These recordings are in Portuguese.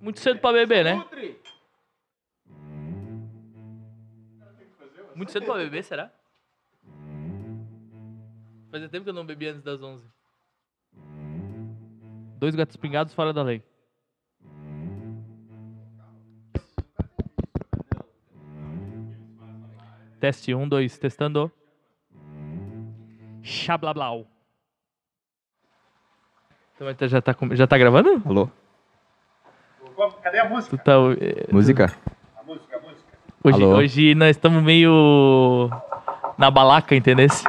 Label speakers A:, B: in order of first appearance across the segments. A: Muito cedo pra beber, né? Muito cedo pra beber, será? Fazia tempo que eu não bebi antes das 11. Dois gatos pingados fora da lei. Teste 1, 2, testando. Xablablau. Então, então já tá, com- já tá gravando?
B: Alô?
C: Cadê a
A: Tu
C: música?
A: tá, eh,
B: Música?
C: A música, a música.
A: hoje,
B: Alô?
A: hoje nós estamos meio na balaca, entendesse?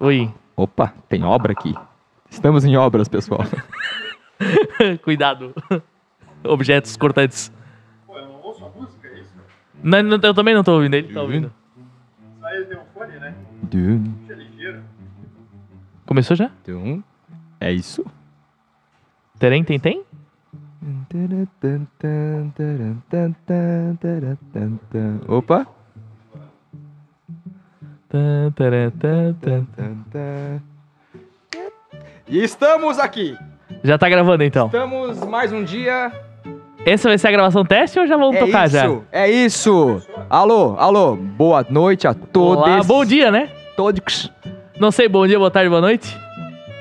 A: Oi.
B: Opa, tem obra aqui. Estamos em obras, pessoal.
A: Cuidado. Objetos cortantes.
C: Pô, eu não ouço a música, é isso?
A: Não, não, eu também não tô ouvindo, ele tá ouvindo.
C: Só ele tem um fone, né?
B: Dum,
C: Puxa, ligeiro.
A: Começou já?
B: dum. É isso?
A: Terem, tem, tem?
B: Opa!
A: Tã, tarã, tã, tã.
B: E estamos aqui!
A: Já tá gravando então.
B: Estamos mais um dia.
A: Essa vai ser a gravação teste ou já vamos
B: é
A: tocar
B: isso!
A: já?
B: É isso! Alô, alô! Boa noite a todos!
A: Olá, bom dia, né?
B: Todos!
A: Não sei, bom dia, boa tarde, boa noite.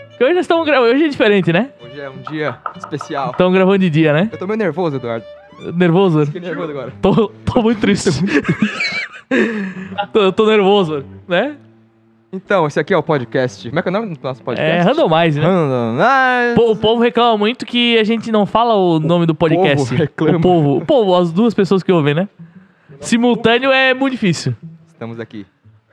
A: Porque hoje nós estamos gravando, hoje é diferente, né?
B: Hoje é um dia especial.
A: Estamos gravando de dia, né?
B: Eu tô meio nervoso, Eduardo.
A: Nervoso?
B: Fiquei nervoso agora.
A: Tô, tô muito triste. tô, tô nervoso, né?
B: Então, esse aqui é o podcast. Como é que é o nome do nosso podcast?
A: É randomize, né?
B: Randomize.
A: Po- O povo reclama muito que a gente não fala o nome do podcast.
B: povo reclama.
A: O povo, o povo, as duas pessoas que ouvem, né? Simultâneo é muito difícil.
B: Estamos aqui.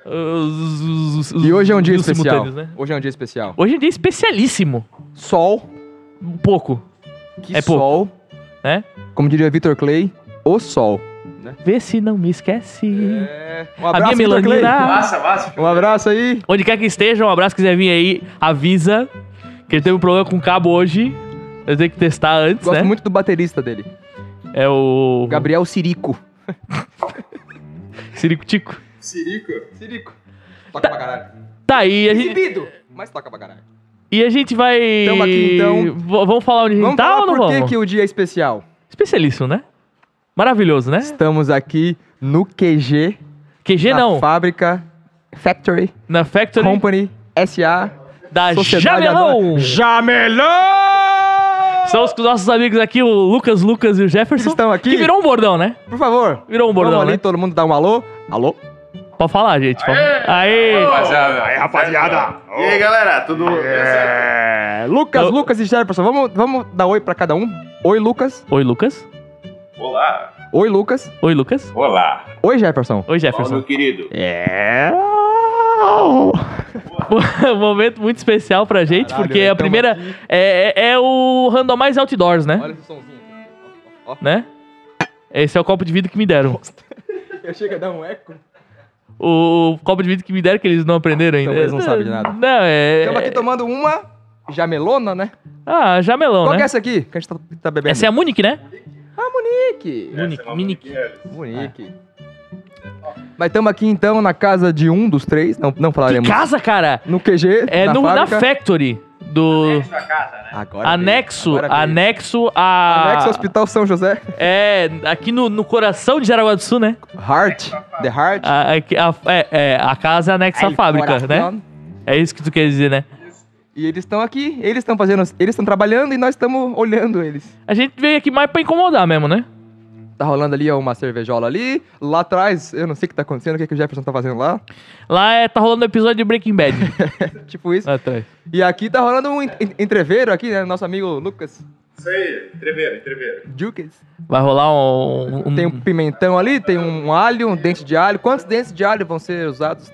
A: Os- os- os- os-
B: E hoje é um dia
A: os
B: especial.
A: simultâneos, né?
B: Hoje é um dia especial.
A: Hoje é um dia especialíssimo.
B: Sol.
A: Um pouco,
B: Que
A: É pouco.
B: sol.
A: né?
B: Como diria Vitor Clay, o sol.
A: Vê se não me esquece.
B: É. Um
A: a minha
B: abraço, Vitor Clay.
A: melanina.
C: Massa, massa.
B: Um abraço aí.
A: Onde quer que esteja, um abraço. Quiser vir aí, avisa. Que ele teve um problema com o cabo hoje. Eu tenho que testar antes,
B: Gosto
A: né?
B: muito do baterista dele.
A: É o.
B: Gabriel Sirico.
A: Sirico Tico.
C: Sirico.
B: Sirico. Toca pra caralho.
A: Tá, e a gente,
B: Exibido. Mas toca pra caralho.
A: e a gente vai.
B: Tamo aqui, então.
A: V- vamos falar onde a gente
B: Vamos
A: tá
B: falar
A: ou não
B: por que
A: vamos?
B: que o dia é especial.
A: Especialíssimo, né? Maravilhoso, né?
B: Estamos aqui no QG.
A: QG
B: na
A: não.
B: fábrica Factory
A: Na Factory
B: Company SA.
A: da
B: Sociedade
A: Jamelão.
B: Anônima. Jamelão!
A: São os nossos amigos aqui, o Lucas, Lucas e o Jefferson.
B: Eles estão aqui.
A: Que virou um bordão, né?
B: Por favor,
A: Virou um
B: vamos
A: bordão,
B: ali,
A: né?
B: todo mundo dá um alô. Alô?
A: Pode falar, gente. Fala. Aê!
C: Rapaziada. Aí,
B: rapaziada.
C: E aí, galera, tudo beleza?
B: É, Lucas,
A: Eu-
B: Lucas e Jefferson, vamos, vamos dar oi pra cada um. Oi, Lucas.
A: Oi, Lucas.
C: Olá.
B: Oi, Lucas.
A: Oi, Lucas.
C: Olá.
B: Oi, Jefferson.
A: Oi,
C: Olá,
A: Jefferson.
C: meu querido.
B: É.
A: um momento muito especial pra gente,
B: Caralho,
A: porque a
B: tamo
A: primeira
B: aqui.
A: é, é- é o Randomize Outdoors, né?
B: Olha esse somzinho aqui. Ó, ó, ó.
A: Né? Esse é o copo de vidro que me deram.
B: Eu chego a dar um eco.
A: O copo de vidro que me deram que eles não aprenderam ainda.
B: Então eles não sabem de nada. Então,
A: Não, é...
B: Estamos aqui tomando uma jamelona, né?
A: Ah, jamelão,
B: Qual que
A: né?
B: é essa aqui que a gente tá, tá bebendo?
A: Essa é a Munich, né?
B: Ah, Monique.
A: é
C: é
A: Munique, Minique.
B: Monique. Mas estamos aqui então na casa de um dos três, não, não falaremos.
A: Que casa, cara!
B: No QG,
A: É
B: na
A: no, na
B: fábrica.
A: Factory, do
C: Sua casa, né?
B: Agora
A: anexo,
B: veio, agora veio.
A: anexo a...
B: Anexo ao Hospital São José.
A: É, aqui no, no coração de Jaraguá do Sul, né?
B: Heart, The Heart.
A: A, aqui- a- é, é, a casa anexa à
B: El
A: Ah, fábrica, né?
B: Corazón.
A: É isso que tu quer dizer, né?
B: E eles estão aqui, eles estão fazendo, eles estão trabalhando e nós estamos olhando eles.
A: A gente veio aqui mais pra incomodar mesmo, né?
B: Tá rolando ali ó, uma cervejola ali. Lá atrás, eu não sei o que tá acontecendo, o que, que o Jefferson tá fazendo lá.
A: Lá é, tá rolando o episódio de Breaking Bad.
B: tipo isso.
A: lá atrás.
B: E aqui tá rolando um en- en- entreveiro aqui, né? Nosso amigo Lucas
C: Isso aí, entreveiro, entreveiro.
B: Jukes.
A: Vai rolar um. um-
B: Tem um pimentão ali, tem um alho, um dente de alho. Quantos dentes de alho vão ser usados?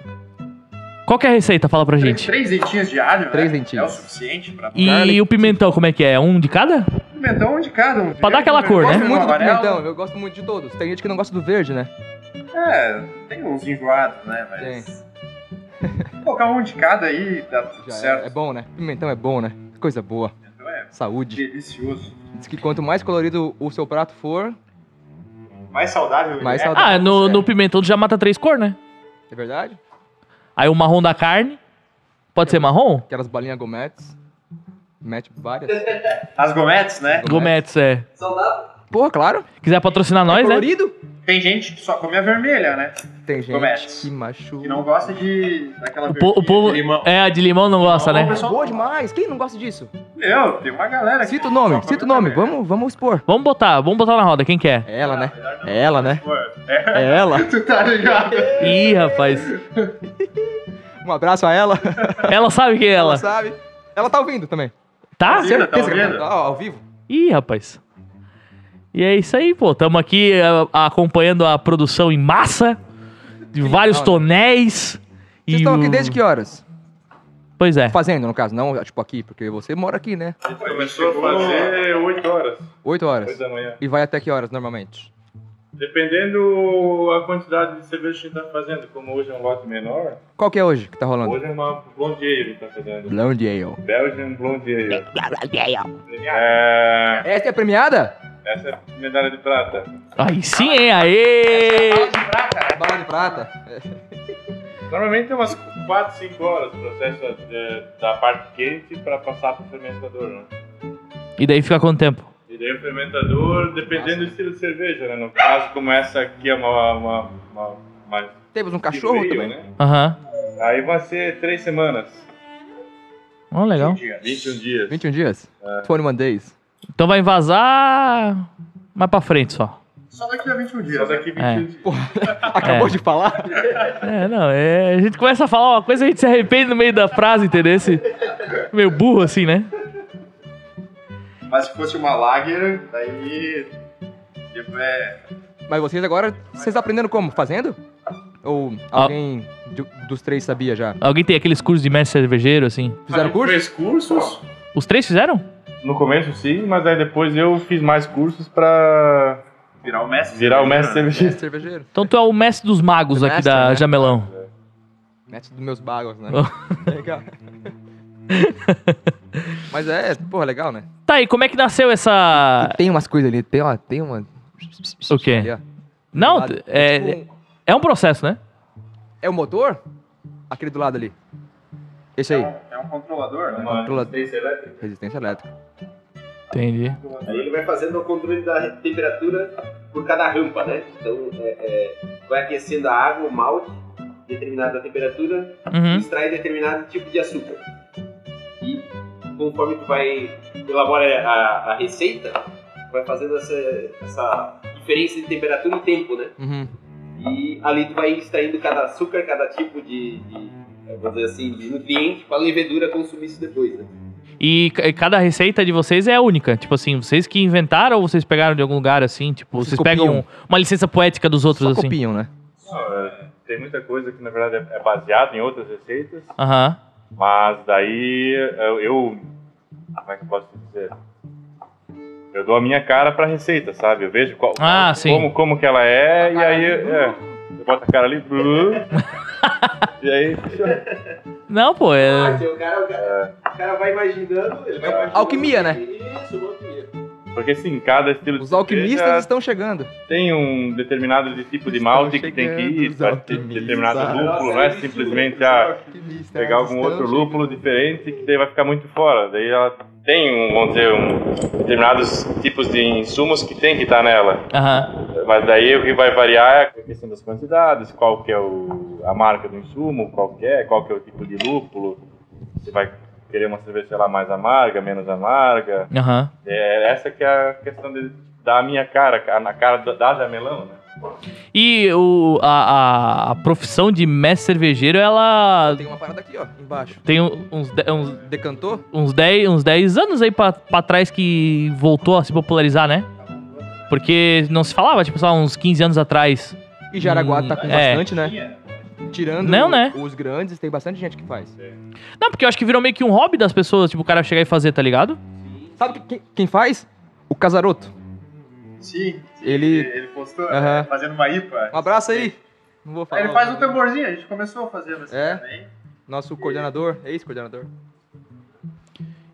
A: Qual que é a receita? Fala pra gente.
C: Três dentinhos de alho,
B: Três
C: né?
B: dentinhos.
C: É o suficiente pra...
A: E
B: garlic.
A: o pimentão, como é que é? Um de cada?
C: Pimentão um de cada. Um
A: Pra dar aquela cor,
B: Eu
A: né?
B: gosto muito do
C: amarelo.
B: pimentão, eu gosto muito de todos. Tem gente que não gosta do verde, né?
C: É, tem uns enjoados, né? Mas... Colocar um de cada aí, dá tudo
B: Já é-
C: certo.
B: É, bom, né? Pimentão é bom, né? Coisa boa.
C: Então é
B: Saúde.
C: delicioso.
B: Diz que quanto mais colorido o seu prato for,
C: Mais saudável.
B: Mais
C: é.
B: saudável.
A: Ah, no, no pimentão tu já mata três cores, né?
B: é verdade?
A: Aí o marrom da carne. Pode ser marrom?
B: Aquelas bolinhas gometes. Mete várias.
C: As gometes, né?
A: Gometes, é.
D: Soldado?
B: Porra, claro.
A: Quiser patrocinar nós, né?
B: É Colorido?
C: Tem gente que só come a vermelha, né?
B: Tem gente
C: Gometes.
B: que machuca.
C: Que não gosta de daquela
A: O, po- o
C: verdinha
A: povo.
C: de limão.
A: É, a de limão não gosta, né?
C: Não, mas-
B: Boa demais. Quem não gosta disso?
C: Eu, tem uma galera que
B: Cita o
C: só
B: nome,
C: come
B: cita o nome.
C: vermelha.
B: Vamos, vamos expor.
A: Vamos botar, vamos botar na roda, quem quer?
B: É ela, né?
C: Melhor não.
B: É ela, né?
C: Pô,
B: É ela.
C: Tu tá ligado?
A: Ih, rapaz.
B: Um abraço a ela.
A: Ela sabe quem é ela.
B: sabe. Ela tá ouvindo também.
A: Tá?
C: Sim. Ouvindo, tá
B: que ela
C: ouvindo?
B: tá ao vivo.
A: Ih, rapaz. E é isso aí, pô. Tamo aqui eh, acompanhando a produção em massa, de vários
B: legal, né?
A: tonéis. e
B: Vocês estão
A: o-
B: aqui desde que horas?
A: Pois é.
B: Fazendo, no caso, não, tipo, aqui, porque você mora aqui, né?
E: Começou a fazer 8 horas,
B: 8 horas.
C: é.
E: 8 da manhã.
B: E vai até que horas, normalmente?
E: Dependendo a quantidade de cerveja que a gente tá fazendo, como hoje é um lote menor,
B: Qual que é hoje que tá rolando?
E: hoje é uma blonde ale que tá fazendo.
B: Blonde Ale.
E: Belgian blonde ale. É,
B: Essa é a premiada?
E: essa é a medalha de prata.
A: Aí sim, hein? Aê!
B: Bala de prata.
E: Normalmente é umas 4, 5 horas o processo de- da parte quente para passar pro fermentador, né?
A: E daí fica quanto tempo?
E: E daí o fermentador, dependendo do estilo de cerveja, né? No caso, como essa aqui é uma... uma, uma, uma
B: Temos um cachorro
E: brew,
B: também.
E: Né?
A: Aham.
E: Aí vai ser 3 semanas.
A: Ó, legal.
E: 21 dias.
B: 21 dias?
E: É.
B: 21 days.
A: Então vai vazar mais pra frente só.
C: Só daqui a 21
E: Só
C: dias. né?
E: daqui 21
A: É.
E: dias.
B: Acabou de falar?
A: É, não, é. A gente começa a falar uma coisa e a gente se arrepende no meio da frase, entendeu? Esse- Meio burro assim, né?
C: Mas se fosse uma lager, daí. tipo, é,
B: Mas vocês agora, vocês aprenderam como? Fazendo? Ou
A: Ah.
B: alguém do- dos três sabia já?
A: Alguém tem aqueles cursos de mestre cervejeiro, assim?
B: Fizeram curso?
E: Fez cursos?
A: Os três fizeram?
E: No começo sim, mas aí depois eu fiz mais cursos pra
C: virar o mestre.
E: virar o mestre
C: né?
E: cervejeiro.
B: Cervejeiro.
A: Então tu é o mestre dos magos
B: O
A: aqui
B: mestre,
A: da
B: né?
A: Jamelão.
B: Mete dos meus bagos, né?
A: Oh.
B: legal. Mas é, porra, legal, né?
A: Tá aí, como é que nasceu essa.
B: Tem umas coisas ali, tem, ó, tem uma...
A: O quê?
B: Ali, ó.
A: É. Não,
B: Do lado.
A: é,
B: Tipo um-
A: é um processo, né?
B: É o motor? Aquele do lado ali. Esse aí.
C: É um controlador, né?
E: Uma
B: Controla-
E: é resistência elétrica.
B: Resistência elétrica.
A: Entendi.
D: Aí ele vai fazendo o controle da temperatura por cada rampa, né? Então é- é, vai aquecendo a água, o malte, determinada temperatura,
A: Uhum.
D: extrai determinado tipo de açúcar. E conforme tu vai elabora a, a receita, vai fazendo essa, essa diferença de temperatura e tempo, né?
B: Uhum.
D: E ali tu vai extraindo cada açúcar, cada tipo de, de eh, vamos dizer assim, de nutriente para a levedura consumir isso depois, né?
A: E ca- cada receita de vocês é única. Tipo assim, vocês que inventaram ou vocês pegaram de algum lugar assim? Tipo, vocês,
B: Vocês
A: pegam
B: copiam.
A: uma licença poética dos outros
B: Só
A: assim?
B: copiam, né?
E: Não, é, Tem muita coisa que na verdade é baseada em outras receitas,
A: Aham.
E: mas daí eu, eu- como é que eu posso dizer? Eu dou a minha cara pra receita, sabe? Eu vejo qual,
A: Ah, sim.
E: como, como que ela é e
D: cara
E: aí
D: ali,
E: é, eu boto a cara ali blu, e aí
A: Não, pô,
D: Ah,
A: é.
D: então o cara, o cara, o cara vai imaginando, ele vai imaginando.
B: Alquimia, né?
D: Isso, uma alquimia.
E: porque assim cada estilo
B: Os
E: de cerveja-
B: alquimistas estão chegando.
E: tem um determinado de tipo de
B: Estão
E: malte que tem que ir
B: chegando os
E: para
B: alquimistas.
E: determinado lúpulo, não
D: Nossa,
E: é
D: é isso,
E: simplesmente
D: isso,
E: ah, pegar algum outro lúpulo diferente que daí vai ficar muito fora. Daí ela tem, um, vamos dizer, um, determinados tipos de insumos que tem que estar nela.
A: Aham.
E: Mas daí o que vai variar é a questão das quantidades, qual que é o, a marca do insumo, qual que é, qual que é o tipo de lúpulo. Você vai querer uma cerveja, sei lá, mais amarga, menos amarga.
A: Aham.
E: É, essa que é a questão de, da minha cara, a- na cara da, da jamelão, né?
A: E o, a, a, a profissão de mestre cervejeiro, ela
B: Tem uma parada aqui, ó, embaixo.
A: tem um- uns, de- uns,
B: Decantou?
A: uns, 10, uns 10 anos aí pra, pra trás que voltou a se popularizar, né? Porque não se falava, tipo, sei lá, uns 15 anos atrás.
B: E Jaraguá tá com
A: Hum, é.
B: bastante, né?
C: Tinha.
B: Tirando
A: Não, né?
B: os grandes, tem bastante gente que faz.
A: Não, porque eu acho que virou meio que um hobby das pessoas, tipo, o cara chegar e fazer, tá ligado?
B: Sabe que- quem faz? O Casaroto.
C: Sim, sim,
B: Ele-
C: ele postou
B: Aham.
C: né, fazendo uma IPA.
B: Um abraço aí. Não vou
C: Aí
B: falar.
C: Ele
B: o
C: faz um
B: nome.
C: tamborzinho, a gente começou fazendo assim
B: É?
C: também.
B: Nosso coordenador, ex-coordenador.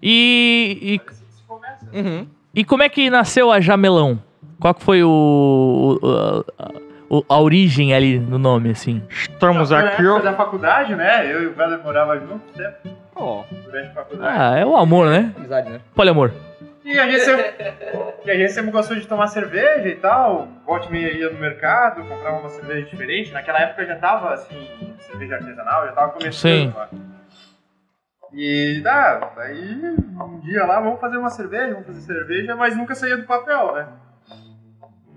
A: E,
C: Assim se começa.
B: Uhum.
A: e, e como é que nasceu a Jamelão? Qual que foi o, o, a- a- o o- a origem ali no nome, assim.
F: Estamos
C: Na
F: aqui,
C: época
F: ó.
C: da faculdade, né? Eu e o Weller morava junto sempre
B: Ó,
C: durante a faculdade.
A: Ah, é o amor, né?
B: amizade, né?
A: Poliamor.
C: E a gente sempre, e a gente sempre gostou de tomar cerveja e tal. Volte meia ia no mercado, comprava uma cerveja diferente. Naquela época já tava assim, cerveja artesanal, já tava
A: Sim.
C: começando. lá. E dá, daí um dia lá, vamos fazer uma cerveja, vamos fazer cerveja, mas nunca saía do papel, né?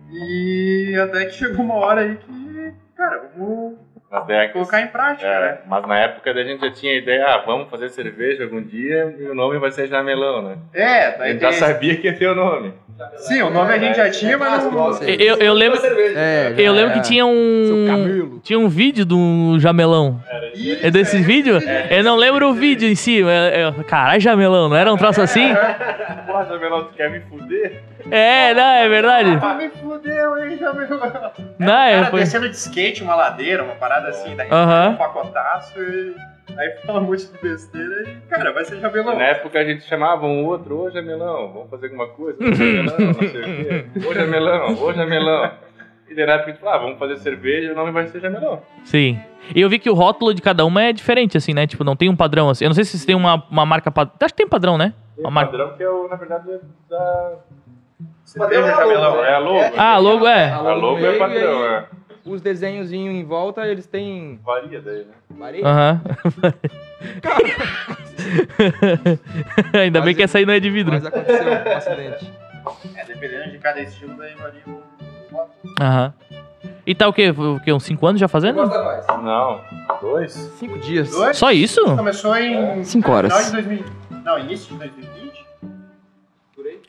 C: E até que chegou uma hora aí que, cara, vamos
E: Na década.
C: colocar em prática, né?
E: É, mas na época daí a gente já tinha a ideia, ah, vamos fazer cerveja algum dia e o nome vai ser Jamelão, né?
C: É,
E: A
C: daí
E: gente já
C: tem-
E: sabia que ia ter o nome.
C: Sim, o nome a gente já tinha, mas não...
A: Eu, eu lembro,
B: É, já
A: eu lembro
B: era.
A: que tinha
B: Seu
A: um.
B: Camilo.
A: Tinha um vídeo do Jamelão. É desses vídeos? Eu não lembro o vídeo em si. mas é- Caralho, Jamelão, não era um troço assim?
E: Porra, Jamelão, tu quer me fuder?
A: É, não, é verdade.
C: Ah, me fudeu, hein, já me...
A: Não,
C: Cara,
A: é, foi...
C: descendo de skate, uma ladeira, uma parada assim, daí
A: Aham.
C: um pacotaço e... Aí fala um monte de besteira e, cara, vai ser
E: E
C: jabelão.
E: Na época a gente chamava um outro, ô Jamelão, vamos fazer alguma coisa? Ô Jamelão, não sei o quê. Ô Jamelão, ô Jamelão. E daí na época a gente falava, ah, vamos fazer cerveja e o nome vai ser Jamelão.
A: Sim. E eu vi que o rótulo de cada uma é diferente, assim, né? Tipo, não tem um padrão, assim. Eu não sei se tem uma, uma marca padrão. Acho que tem padrão, né?
E: E o
A: Uma marca-
E: padrão que é, o, na verdade, é da...
C: Cerveja jabelão.
E: É a logo.
A: Ah, logo é.
B: A
E: A logo
B: meio
E: é
B: e
E: padrão,
B: aí
E: é.
B: Os desenhozinhos em volta, eles têm...
E: Varia daí, né?
A: Ah,
B: Parede?
A: Aham. Ainda bem que essa aí não é de vidro.
B: Mas aconteceu um acidente.
C: É, dependendo de cada estilo, daí varia um...
A: Aham. E tá o quê? O quê? Uns 5 anos já fazendo?
E: Não, dois.
B: Cinco dias.
C: Dois?
A: Só um. isso?
C: Começou em...
B: Cinco horas.
C: Final de 2000... Não, início de 2020?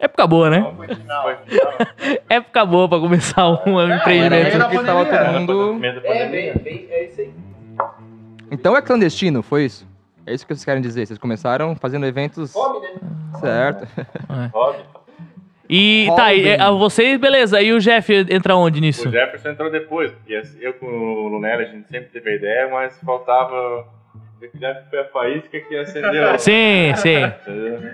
A: Época boa, né?
C: Não, foi final.
E: Foi final.
A: Época boa pra começar um
B: Era
C: Primeiro.
A: empreendimento.
B: porque né? tava todo mundo...
E: Medo da
D: É,
E: pandemia.
D: bem, bem, é isso aí.
B: Então é clandestino, foi isso? É isso que vocês querem dizer. Vocês começaram fazendo eventos...
D: Fome, né?
B: Certo.
E: Hobby.
A: E tá, e, é, a vocês, beleza. E o Jeff entra onde nisso?
E: O Jefferson entrou depois, porque eu com o Lunelli a gente sempre teve a ideia, mas faltava. O Jeff foi a faísca que acendeu.
A: Sim, sim.
E: entendeu?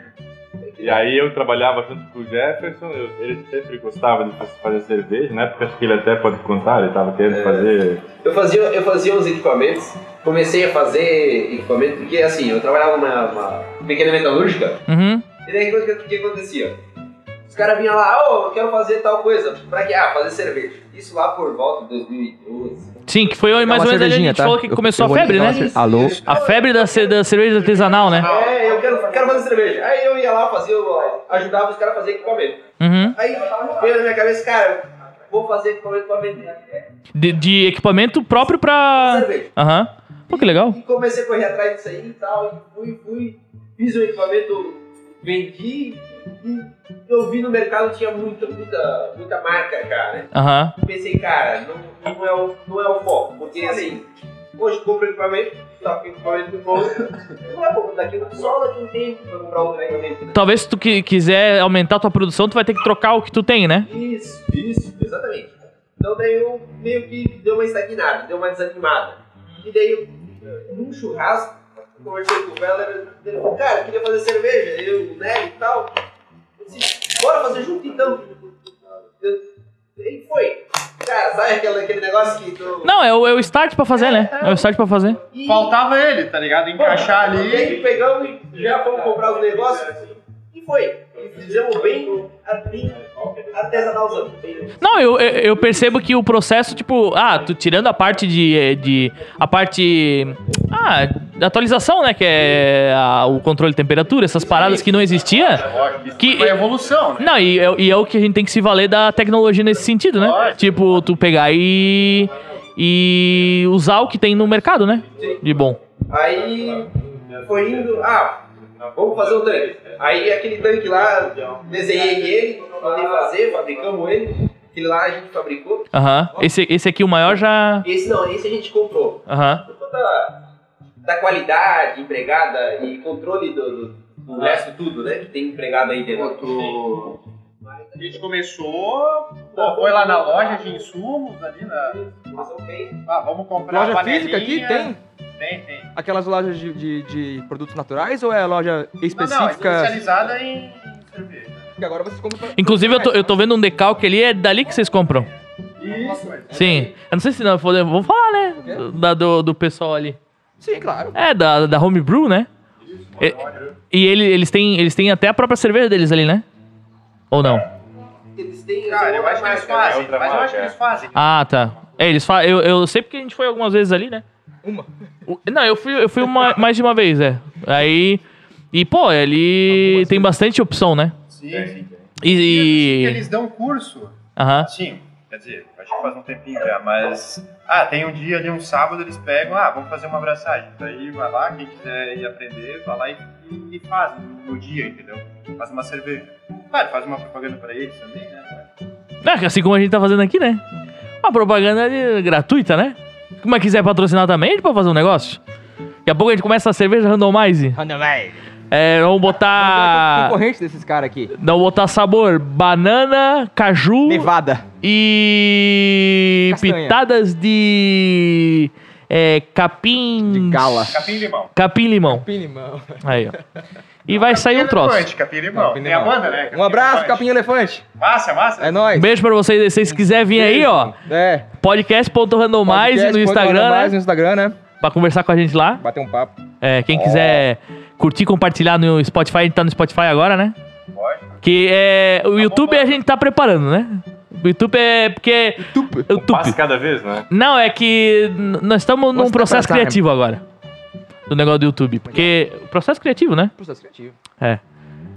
E: E aí eu trabalhava junto com o Jefferson, eu- ele sempre gostava de fazer cerveja, na época acho que ele até pode contar, ele tava querendo fazer.
D: Eu fazia, eu fazia uns equipamentos, comecei a fazer equipamento, porque assim, eu trabalhava numa numa pequena metalúrgica,
A: Uhum.
D: e daí o que, que acontecia? Os caras vinham lá, ô, eu quero fazer tal coisa, pra quê? Ah, fazer cerveja. Isso lá por volta de 2012.
A: Sim, que foi mais
B: Dá
A: ou
B: uma
A: menos ali a
B: cervejinha,
A: gente
B: tá?
A: falou que
B: Eu-
A: começou
B: eu
A: a
B: vou
A: febre,
B: dar
A: né?
B: uma cer- assim, Alô?
A: A febre da, ce- da cerveja artesanal, né?
D: É, eu quero, quero fazer cerveja. Aí eu ia lá, fazia, o- ajudava os caras a fazer equipamento.
A: Uhum.
D: Aí veio na minha cabeça, cara, vou fazer equipamento pra vender.
A: De, de equipamento próprio pra.
D: Cerveja.
A: Aham. Pô, que legal.
D: E comecei a correr atrás disso aí e tal, e fui, fui, fiz o equipamento, vendi, e eu vi no mercado tinha muita, muita, muita marca, cara.
A: Aham.
D: E Pensei, cara, não, não, é o, não é o foco, porque assim, hoje compro equipamento, tá com equipamento muito bom, eu não é bom, daqui, só daqui um tempo pra comprar outro equipamento.
A: Talvez se tu qui- quiser aumentar a tua produção, tu vai ter que trocar o que tu tem, né?
D: Isso, isso, exatamente. Então daí eu meio que deu uma estagnada, deu uma desanimada. E daí, eu, num churrasco, conversei com o Veller, ele falou, cara, eu queria fazer cerveja, eu, o Nelly e tal. Eu disse, bora fazer junto então. Eu, e foi. Cara, sabe aquele, aquele negócio que tu...
A: Não, é o, é o start pra fazer, né? É o start pra fazer.
D: E-
C: Faltava ele, tá ligado? Encaixar
D: E aí
C: ali...
D: pegamos e já fomos comprar os negócios. E foi. E fizemos bem, bem artesanalzão. Bem-
A: Não, eu, eu eu percebo que o processo, tipo, ah, tu tirando a parte de. eh, de a parte. Ah, da atualização, né? Que é a- o controle de temperatura, essas paradas que não existia. Que,
C: Foi evolução, né?
A: Não, e é, e é o que a gente tem que se valer da tecnologia nesse sentido, né?
C: Lógico.
A: Tipo, tu pegar e. e usar o que tem no mercado, né? De bom.
D: Aí foi indo, ah, vamos fazer um tanque.
C: né?
D: Aí aquele tanque lá,
C: um
D: desenhei ele, mandei fazer, fabricamos ele. Aquele lá a gente fabricou.
A: Aham. Esse, esse aqui, o maior, já.
D: Esse não, esse a gente comprou.
A: Aham.
D: Por conta da, da qualidade empregada e controle do, do, do
C: Ah.
D: resto tudo, né? Que tem empregado aí dentro.
C: A gente começou, pô, foi lá na loja de insumos ali na.
D: Mas ok.
C: Ah, vamos comprar.
B: Loja
C: panelinha.
B: física aqui tem?
C: Tem, tem.
B: Aquelas lojas de, de- de produtos naturais ou é loja
C: Não, não, é
B: específica?
C: especializada em cerveja.
B: Porque agora vocês compram.
A: Inclusive, eu tô, eu tô vendo um decalque ali, é dali que vocês compram.
C: Isso, mas
A: Sim. Eu não sei se não, vamos falar, né? Da, do, do pessoal ali.
B: Sim, claro.
A: É, da, da Homebrew, né? E, e ele- eles, têm, eles têm até a própria cerveja deles ali, né? Ou não?
D: Eles têm.
C: Cara, eu acho que eles fazem,
E: outra
C: mas eu
E: marca,
C: acho que
E: é.
C: eles fazem.
A: Ah, tá. É, eles falam. Eu, eu sei porque a gente foi algumas vezes ali, né?
B: Uma.
A: O- Não, eu fui, eu fui uma- mais de uma vez, é. Aí. E, pô, ele tem bastante opção, né?
C: Sim, sim.
A: E. e-
C: Eles dão curso.
A: Aham.
C: Sim, quer dizer, acho que faz um tempinho já, mas. Ah, tem um dia ali, um sábado, eles pegam, ah, vamos fazer uma abraçagem. Daí vai lá, quem quiser ir aprender, vai lá e, e- e faz no, no dia, entendeu? Faz uma cerveja. Claro, faz uma propaganda pra eles também, né?
A: É, assim como a gente tá fazendo aqui, né? Uma propaganda de- gratuita, né? Como é que quiser patrocinar também, a gente pode fazer um negócio. Daqui a pouco a gente começa a cerveja randomize. É, vamos botar.
B: Concorrente desses caras aqui.
A: Vamos botar sabor banana, caju.
B: Nevada.
A: E
B: Castanha.
A: pitadas de é, capim.
B: De gala.
C: Capim e limão.
A: Capim limão.
B: Pilimão.
A: Aí, ó. E vai sair
B: é
A: um troço.
C: Elefante, capim e limão. Tem a banda, né?
B: Um abraço,
C: Elefante.
B: Capim Elefante.
C: Massa, massa.
B: É nóis.
A: Beijo pra vocês. Se vocês quiserem vir aí, ó.
B: É.
A: Podcast.randomize no
B: podcast,
A: Instagram,
B: Mais no
A: né?
B: Instagram, né?
A: Pra conversar com a gente lá.
B: Bater um papo.
A: É, quem quiser curtir, compartilhar no Spotify, a gente tá no Spotify agora, né?
C: Pode.
A: Que é. O YouTube a gente tá preparando, né? O YouTube é. Porque.
B: Tup.
A: YouTube.
E: Passa cada vez, né?
A: Não, é que n- nós estamos num
B: Mostra
A: processo
B: pra cá,
A: criativo agora. Do negócio do YouTube. Porque. Processo criativo, né?
B: Processo criativo.
A: É.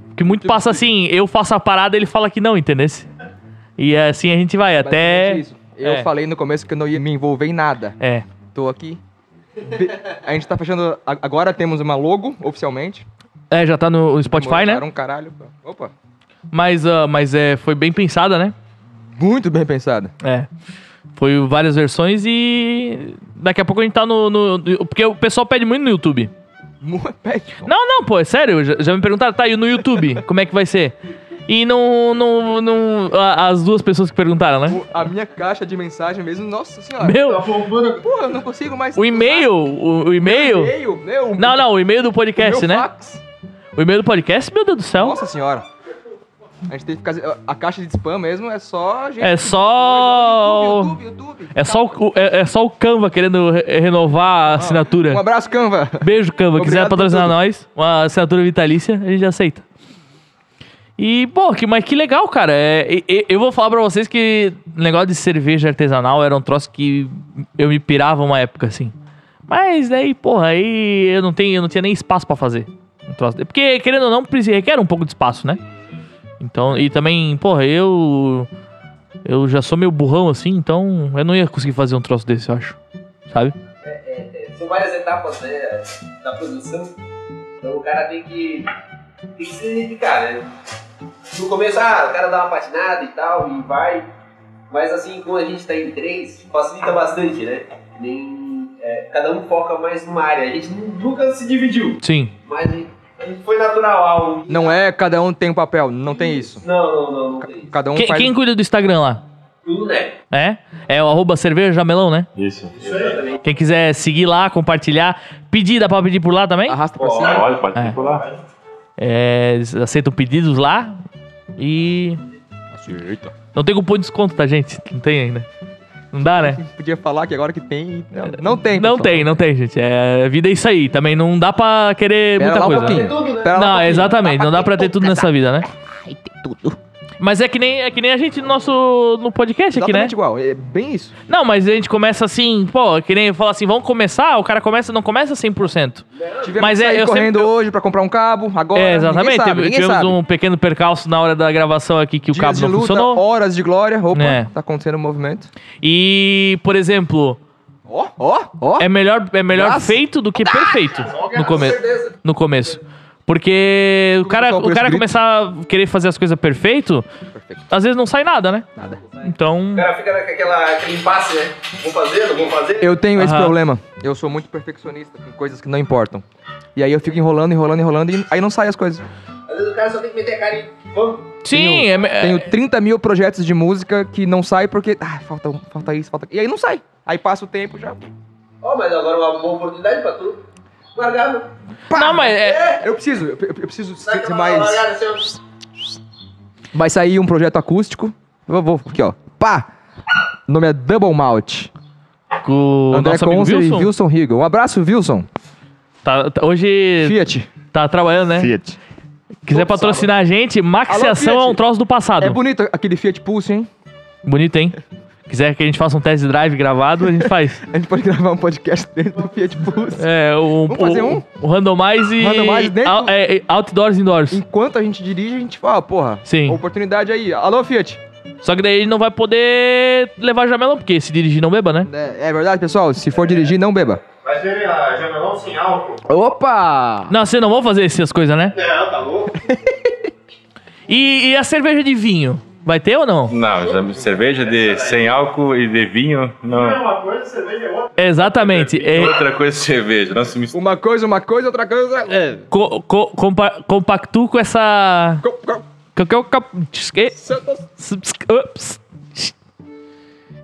A: Porque muito passa assim, eu faço a parada, ele fala que não, entendesse? E assim a gente vai até.
B: Basicamente isso. Eu
A: é.
B: falei no começo que eu não ia me envolver em nada.
A: É.
B: Tô aqui. Be- A gente tá fechando. a- Agora temos uma logo, oficialmente.
A: É, já tá no Spotify, né?
B: Era um caralho. Opa.
A: Mas, ah, mas é, foi bem pensada, né?
B: Muito bem pensado.
A: É. Foi várias versões e. Daqui a pouco a gente tá no. no- no- porque o pessoal pede muito no YouTube.
B: Mu- Pede.
A: Não, não, pô, é sério. Já, já me perguntaram, tá, e no YouTube? Como é que vai ser? E não. não, não a- as duas pessoas que perguntaram, né?
B: A minha caixa de mensagem mesmo, nossa senhora.
A: Meu,
D: um
B: Porra, eu não consigo mais.
A: o e-mail. O, o
B: Meu
A: e-mail.
B: e-mail, meu.
A: Não, não, o e-mail do podcast,
B: meu
A: né?
B: fax.
A: O e-mail do podcast, meu Deus do céu.
B: Nossa senhora. A gente tem que ficar. A caixa de spam mesmo é só. Gente,
A: É só.
B: YouTube, YouTube, YouTube.
A: É só o, é, é só o Canva querendo re- renovar a assinatura.
B: Um abraço, Canva.
A: Beijo, Canva. Quiser
B: Obrigado por
A: patrocinar
B: tudo.
A: nós, uma assinatura vitalícia, a gente aceita. E, pô, que, mas que legal, cara. É, e- e- eu vou falar pra vocês que o negócio de cerveja artesanal era um troço que eu me pirava uma época, assim. Mas daí, porra, aí eu não, tenho, eu não tinha nem espaço pra fazer. Um troço de- Porque, querendo ou não, precisa- requer um pouco de espaço, né? Então, e também, porra, eu. Eu já sou meio burrão assim, então eu não ia conseguir fazer um troço desse, eu acho. Sabe?
D: É, São várias etapas né, da produção. Então o cara tem que, tem que se identificar, né? No começo, ah, o cara dá uma patinada e tal, e vai. Mas assim, como a gente tá em três, facilita bastante, né? Nem, é, cada um foca mais numa área. A gente nu- nunca se dividiu,
A: Sim.
D: mas a gente- a gente foi natural ao.
B: Não é cada um tem um papel, não tem isso.
D: Não, não, não, não tem isso.
B: Cada um
A: Quem-
B: faz.
A: quem cuida do Instagram lá?
D: Tudo, né?
A: É? É o arroba cerveja jamelão, né?
E: Isso.
D: Isso aí também.
A: Quem quiser seguir lá, compartilhar, pedir, dá pra pedir por lá também.
B: Arrasta pra cima.
E: Olha, pode
A: É.
E: circular.
A: É, eles aceitam pedidos lá e. Não tem cupom de desconto, tá, gente? Não tem ainda. Não dá, né?
B: Podia falar que agora que tem. Não, não tem.
A: Não
B: pessoal.
A: tem, não tem, gente. É, a vida é isso aí. Também não dá pra querer
B: Pera
A: muita
B: lá um
A: coisa. né?
B: pouquinho.
D: Tudo, né?
B: Pera lá um
A: Não,
B: pouquinho.
A: exatamente. Não dá pra ter tudo nessa vida, né? Mas é que nem, é que nem a gente no nosso no podcast aqui, né?
B: Exatamente igual. É bem isso.
A: Não, mas a gente começa assim, pô, que nem falar assim, vamos começar, o cara começa, não começa 100%.
B: Tivemos
A: Mas
B: que
A: é,
B: sair
A: eu sempre-
B: correndo hoje pra comprar um cabo, agora.
A: É, exatamente.
B: Ninguém sabe,
A: Teve-
B: ninguém
A: tivemos
B: sabe.
A: um pequeno percalço na hora da gravação aqui que o
B: Dias
A: cabo
B: de
A: não
B: luta,
A: funcionou.
B: Horas de glória. Opa,
A: É.
B: tá acontecendo um movimento.
A: E, por exemplo,
B: Ó, ó, ó.
A: é melhor, é melhor
B: Nossa.
A: feito do que perfeito no, come
D: certeza.
A: no começo. Porque o cara,
B: só por
A: o cara
B: escrito.
A: começar a querer fazer as coisas perfeito,
B: um Perfeito.
A: às vezes não sai nada, né?
B: Nada.
A: Então.
D: O cara fica naquela aquele impasse, né? Vou fazer, não vou fazer.
B: Eu tenho esse
A: Aham.
B: problema. Eu sou muito perfeccionista com coisas que não importam. E aí eu fico enrolando, enrolando, enrolando e aí não saem as coisas.
D: Às vezes o cara só tem que meter a cara e vamos.
A: Sim,
B: tenho-
A: é, me- é,
B: Tenho 30 mil projetos de música que não sai porque. Ah, falta, um, falta isso, falta. E aí não sai. Aí passa o tempo já.
D: Ó, mas agora uma boa oportunidade pra tu. né? Largado.
B: Pá!
A: Não, mas é-
B: Eu preciso, eu, eu preciso
D: Sabe
B: ser,
D: aquela
B: mais.
D: largada assim, ó?
B: Vai sair um projeto acústico. Eu vou aqui, ó. Pá! O nome é Double Malt.
A: Com o
B: André
A: nosso amigo
B: Conze e
A: Wilson.
B: Wilson Rigo. Um abraço, Wilson.
A: Tá- tá- hoje
B: Fiat.
A: tá trabalhando, né?
F: Fiat.
A: Quiser patrocinar a gente, maxiação
B: Alô,
A: é
B: Fiat.
A: um troço do passado.
B: É bonito aquele Fiat Pulse, hein?
A: Bonito, hein? Quiser que a gente faça um test drive gravado, a gente faz.
B: A gente pode gravar um podcast dentro do Fiat Pulse.
A: É, o,
B: Vamos fazer
A: o-
B: um?
A: o randomize e.
B: Randomize dentro?
A: Ou- é, é, outdoors indoors.
B: Enquanto a gente dirige, a gente fala, porra,
A: Sim.
B: oportunidade aí. Alô, Fiat.
A: Só que daí ele não vai poder levar jamelão, porque se dirigir não beba, né?
B: É, é verdade, pessoal? Se for dirigir, não beba.
C: Mas ele, a janelão ah, sem álcool.
B: Opa!
A: Não, vocês não vão fazer essas coisas, né?
C: Não, tá louco?
A: E, e a cerveja de vinho? Vai ter ou não?
E: Não, já- cerveja de sem álcool e de vinho,
C: Não é
E: não.
C: uma coisa, cerveja é outra.
A: Exatamente.
E: É
A: É,
E: outra coisa cerveja, não se mistura.
B: Uma coisa, uma coisa, outra coisa. É.
A: co- co- compa- compactu com essa.
B: Co- co-
A: co- co- co- tisque-
B: Santos.
A: ps- ups.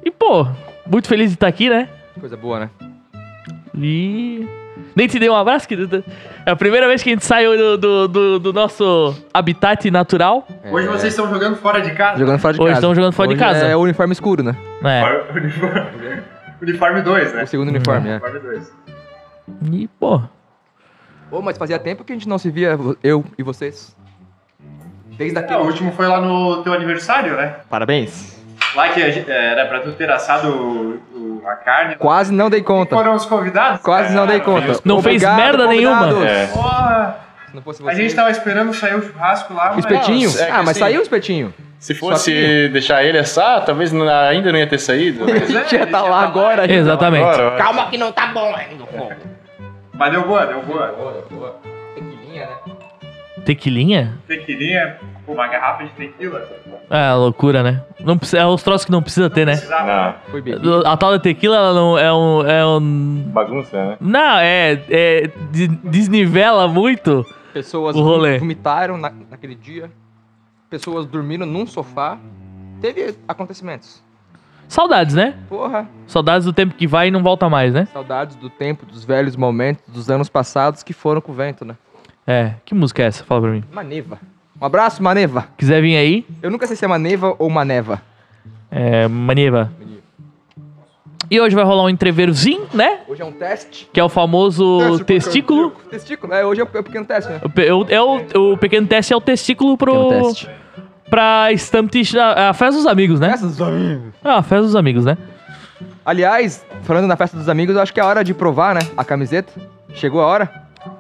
A: E, pô, muito feliz de estar aqui, né?
B: Coisa boa, né?
A: E. Nem te dei um abraço, querido. É a primeira vez que a gente saiu do, do, do- do nosso habitat natural.
B: É.
C: Hoje vocês estão jogando fora de casa.
B: Jogando fora de
A: Hoje
B: casa.
A: estamos jogando fora de
B: Hoje
A: casa.
B: É o uniforme escuro, né?
A: É.
C: Uniforme- Uniforme 2, né?
B: O segundo uniforme, é.
C: Uniforme 2.
A: E, pô.
B: Ô, mas fazia tempo que a gente não se via, eu e vocês. Desde
C: Ah, o
B: aquele.
C: último foi lá no teu aniversário, né?
F: Parabéns.
C: Lá que a gente- era pra tu ter assado o- o- a carne.
B: Quase não dei
C: Quem
B: conta.
C: Foram os convidados.
B: Quase não dei
C: cara?
B: conta.
A: Não fez merda nenhuma.
E: É.
C: Porra,
B: Se não fosse
C: a gente tava esperando sair o churrasco lá, mas...
B: Espetinho?
E: Não, é que
B: ah, mas
E: assim-
B: saiu o espetinho.
E: Se
B: fosse
E: fosse deixar ele assar, talvez ainda não ia ter saído.
B: A
C: é,
B: gente já tá lá
A: É.
B: agora. gente.
A: Exatamente.
F: Calma que não tá bom ainda, pô.
C: Mas deu boa, deu boa.
B: Tequilinha, né?
A: Tequilinha?
C: Tequilinha, pô, uma garrafa de tequila. Não
A: É, loucura, né? Não precisa, é os troços que não precisa ter, né?
C: precisava.
E: Não,
B: Foi bem.
A: A tal da tequila, ela não é um. É um...
E: bagunça, né?
A: Não, é, é. de- Desnivela muito.
B: Pessoas
A: O rolê.
B: vomitaram na- naquele dia. Pessoas dormindo num sofá. Teve acontecimentos.
A: Saudades, né?
B: Porra.
A: Saudades do tempo que vai e não volta mais, né?
B: Saudades do tempo, dos velhos momentos, dos anos passados que foram com o vento, né?
A: É. Que música é essa? Fala pra mim.
B: Maneva. Um abraço, Maneva.
A: Quiser vir aí?
B: Eu nunca sei se é Maneva ou Maneva.
A: É. Maniva. E hoje vai rolar um entreverozinho, né?
B: Hoje é um teste.
A: Que é o famoso testículo.
B: Testículo, é, hoje é o pequeno teste, né?
A: O, pe- o- é o, o pequeno teste é o testículo pro.
B: Pequeno teste.
A: Pra Stamptish. A, a festa dos amigos, né?
B: Festa dos amigos.
A: Ah, a festa dos amigos, né?
B: Aliás, falando na festa dos amigos, eu acho que é a hora de provar, né? A camiseta. Chegou a hora.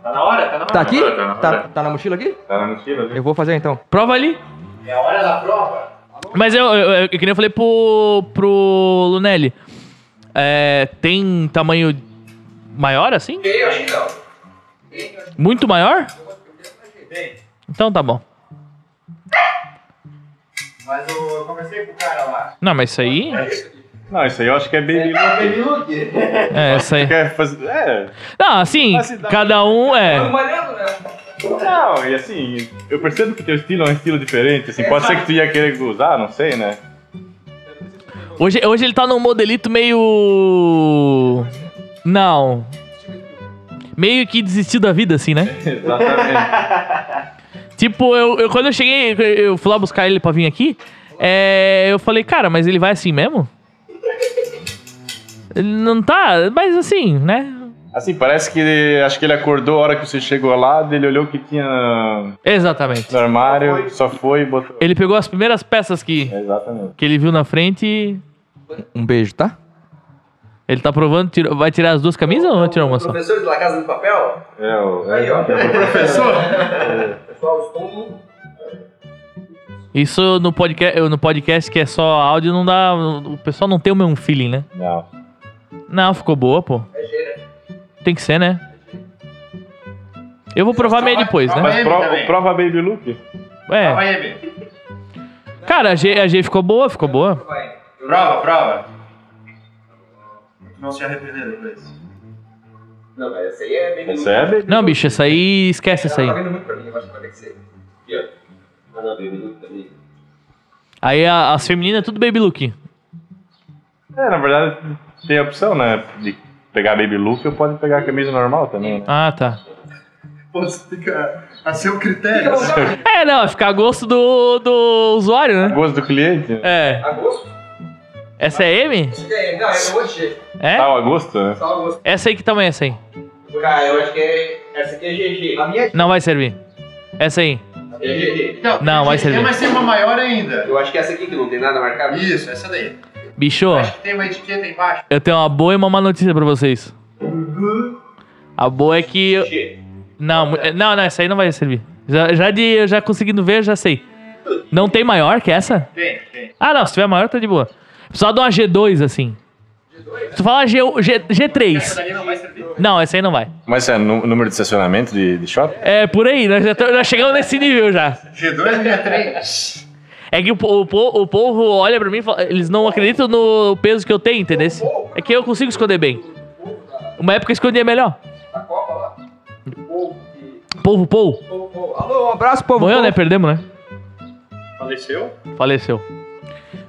C: Tá na hora, tá na hora.
B: Tá aqui?
E: Tá na hora.
B: Tá, tá na mochila aqui?
E: Tá na mochila,
B: Eu vou fazer então.
A: Prova ali.
C: É a hora da prova.
A: Mas eu, eu, eu, que nem eu falei pro, pro Lunelli. É, tem tamanho maior assim?
D: Eu acho que não.
A: Muito maior? Então tá bom.
C: Mas eu, eu conversei com o cara lá.
A: Não, mas isso aí.
E: Não, isso aí eu acho que é baby look.
A: É, isso aí.
E: Quer fazer- É,
A: Não, assim, cada um é.
D: né?
E: não, e assim, eu percebo que teu estilo é um estilo diferente, assim, pode ser que tu ia querer usar, não sei, né?
A: Hoje, hoje ele tá num modelito meio. Não. Meio que desistiu da vida, assim, né?
E: Exatamente.
A: Tipo, eu, eu- quando eu cheguei, eu fui lá buscar ele pra vir aqui, é, eu falei, cara, mas ele vai assim mesmo? Ele não tá, mas assim, né?
E: Assim, parece que ele- acho que ele acordou a hora que você chegou lá, daí ele olhou o que tinha
A: Exatamente.
E: no armário, só foi e botou. É,
A: Ele pegou as primeiras peças que,
E: Exatamente.
A: que ele viu na frente e
B: Um beijo, tá?
A: ele tá provando, tirou- vai tirar as duas camisas ou vai tirar uma
D: O
A: só?
D: professor de La Casa de Papel?
E: É, o-
D: Aí, ó.
E: é,
C: Professor?
D: Pessoal, um estou no...
A: Isso no podcast, no podcast que é só áudio não dá, o pessoal não tem o mesmo feeling, né?
E: é. não.
A: Não, ficou boa, pô.
D: É G, né?
A: Tem que ser, né? Eu vou provar meio depois, né?
E: Mas
C: M
E: prova,
C: também.
E: prova baby look.
A: É.
C: Prova aí, Emi.
A: Cara, a G, a G ficou boa, ficou boa.
D: Vai.
C: Prova, prova. Tu Não se arrepender depois.
D: Não, mas essa aí é bem...
E: Essa é baby
A: Não, bicho, essa aí, esquece essa aí.
D: Tá vindo muito pra mim, eu acho que vai ter que ser. Aqui, ó. Ah, não, bem minuto também.
A: Aí a- as femininas é tudo baby look.
E: É, na verdade, tem a opção, né? De pegar baby look ou pode pegar a camisa normal também, né?
A: Ah, tá.
C: Pô, isso fica a seu critério.
A: É, não, fica a gosto do, do usuário,
E: A
A: né?
E: gosto do cliente.
A: É,
D: Agosto?
A: é, Essa é M?
D: É, não, é um monte de jeito.
A: É?
E: Ah, o Augusto? né?
D: Só alguns.
A: Essa aí que também é essa aí.
D: Cara, eu acho que é. Essa aqui é GG.
B: A minha
A: Não vai servir. Essa aí.
D: É GG.
C: Então,
A: Não, vai
C: tem-
A: servir.
C: Tem mais uma maior ainda.
D: Eu acho que é essa aqui que não tem nada marcado.
C: Isso, essa daí.
A: Bicho,
C: Acho que tem uma etiqueta embaixo.
A: eu tenho uma boa e uma má notícia pra vocês. A boa é que. eu-
D: GG.
A: Não, mu- é, não, não, essa aí não vai servir. Já, já de. Já conseguindo ver, já sei. Não tem maior que essa?
C: Tem, tem.
A: Ah, não, se tiver maior, tá de boa. Só dá uma G2 assim. Se tu falar G, um, G,
C: Essa
A: G3.
C: daí não vai servir.
A: Não, essa aí não vai.
E: Mas é nu- número de estacionamento de, de shopping?
A: É por aí, nós já, tô- nós chegamos nesse nível já.
C: G2 e G3.
A: É que o, po- o po- o povo olha pra mim e fala, eles não acreditam no peso que eu tenho, entendeu? É que eu consigo esconder bem. Uma época eu escondia melhor.
D: A Copa lá. O povo que.
A: Povo, povo.
D: Pô, pô, alô?
B: Alô, um abraço, povo.
A: Morreu,
B: povo.
A: né? Perdemos, né?
C: Faleceu?
A: Faleceu.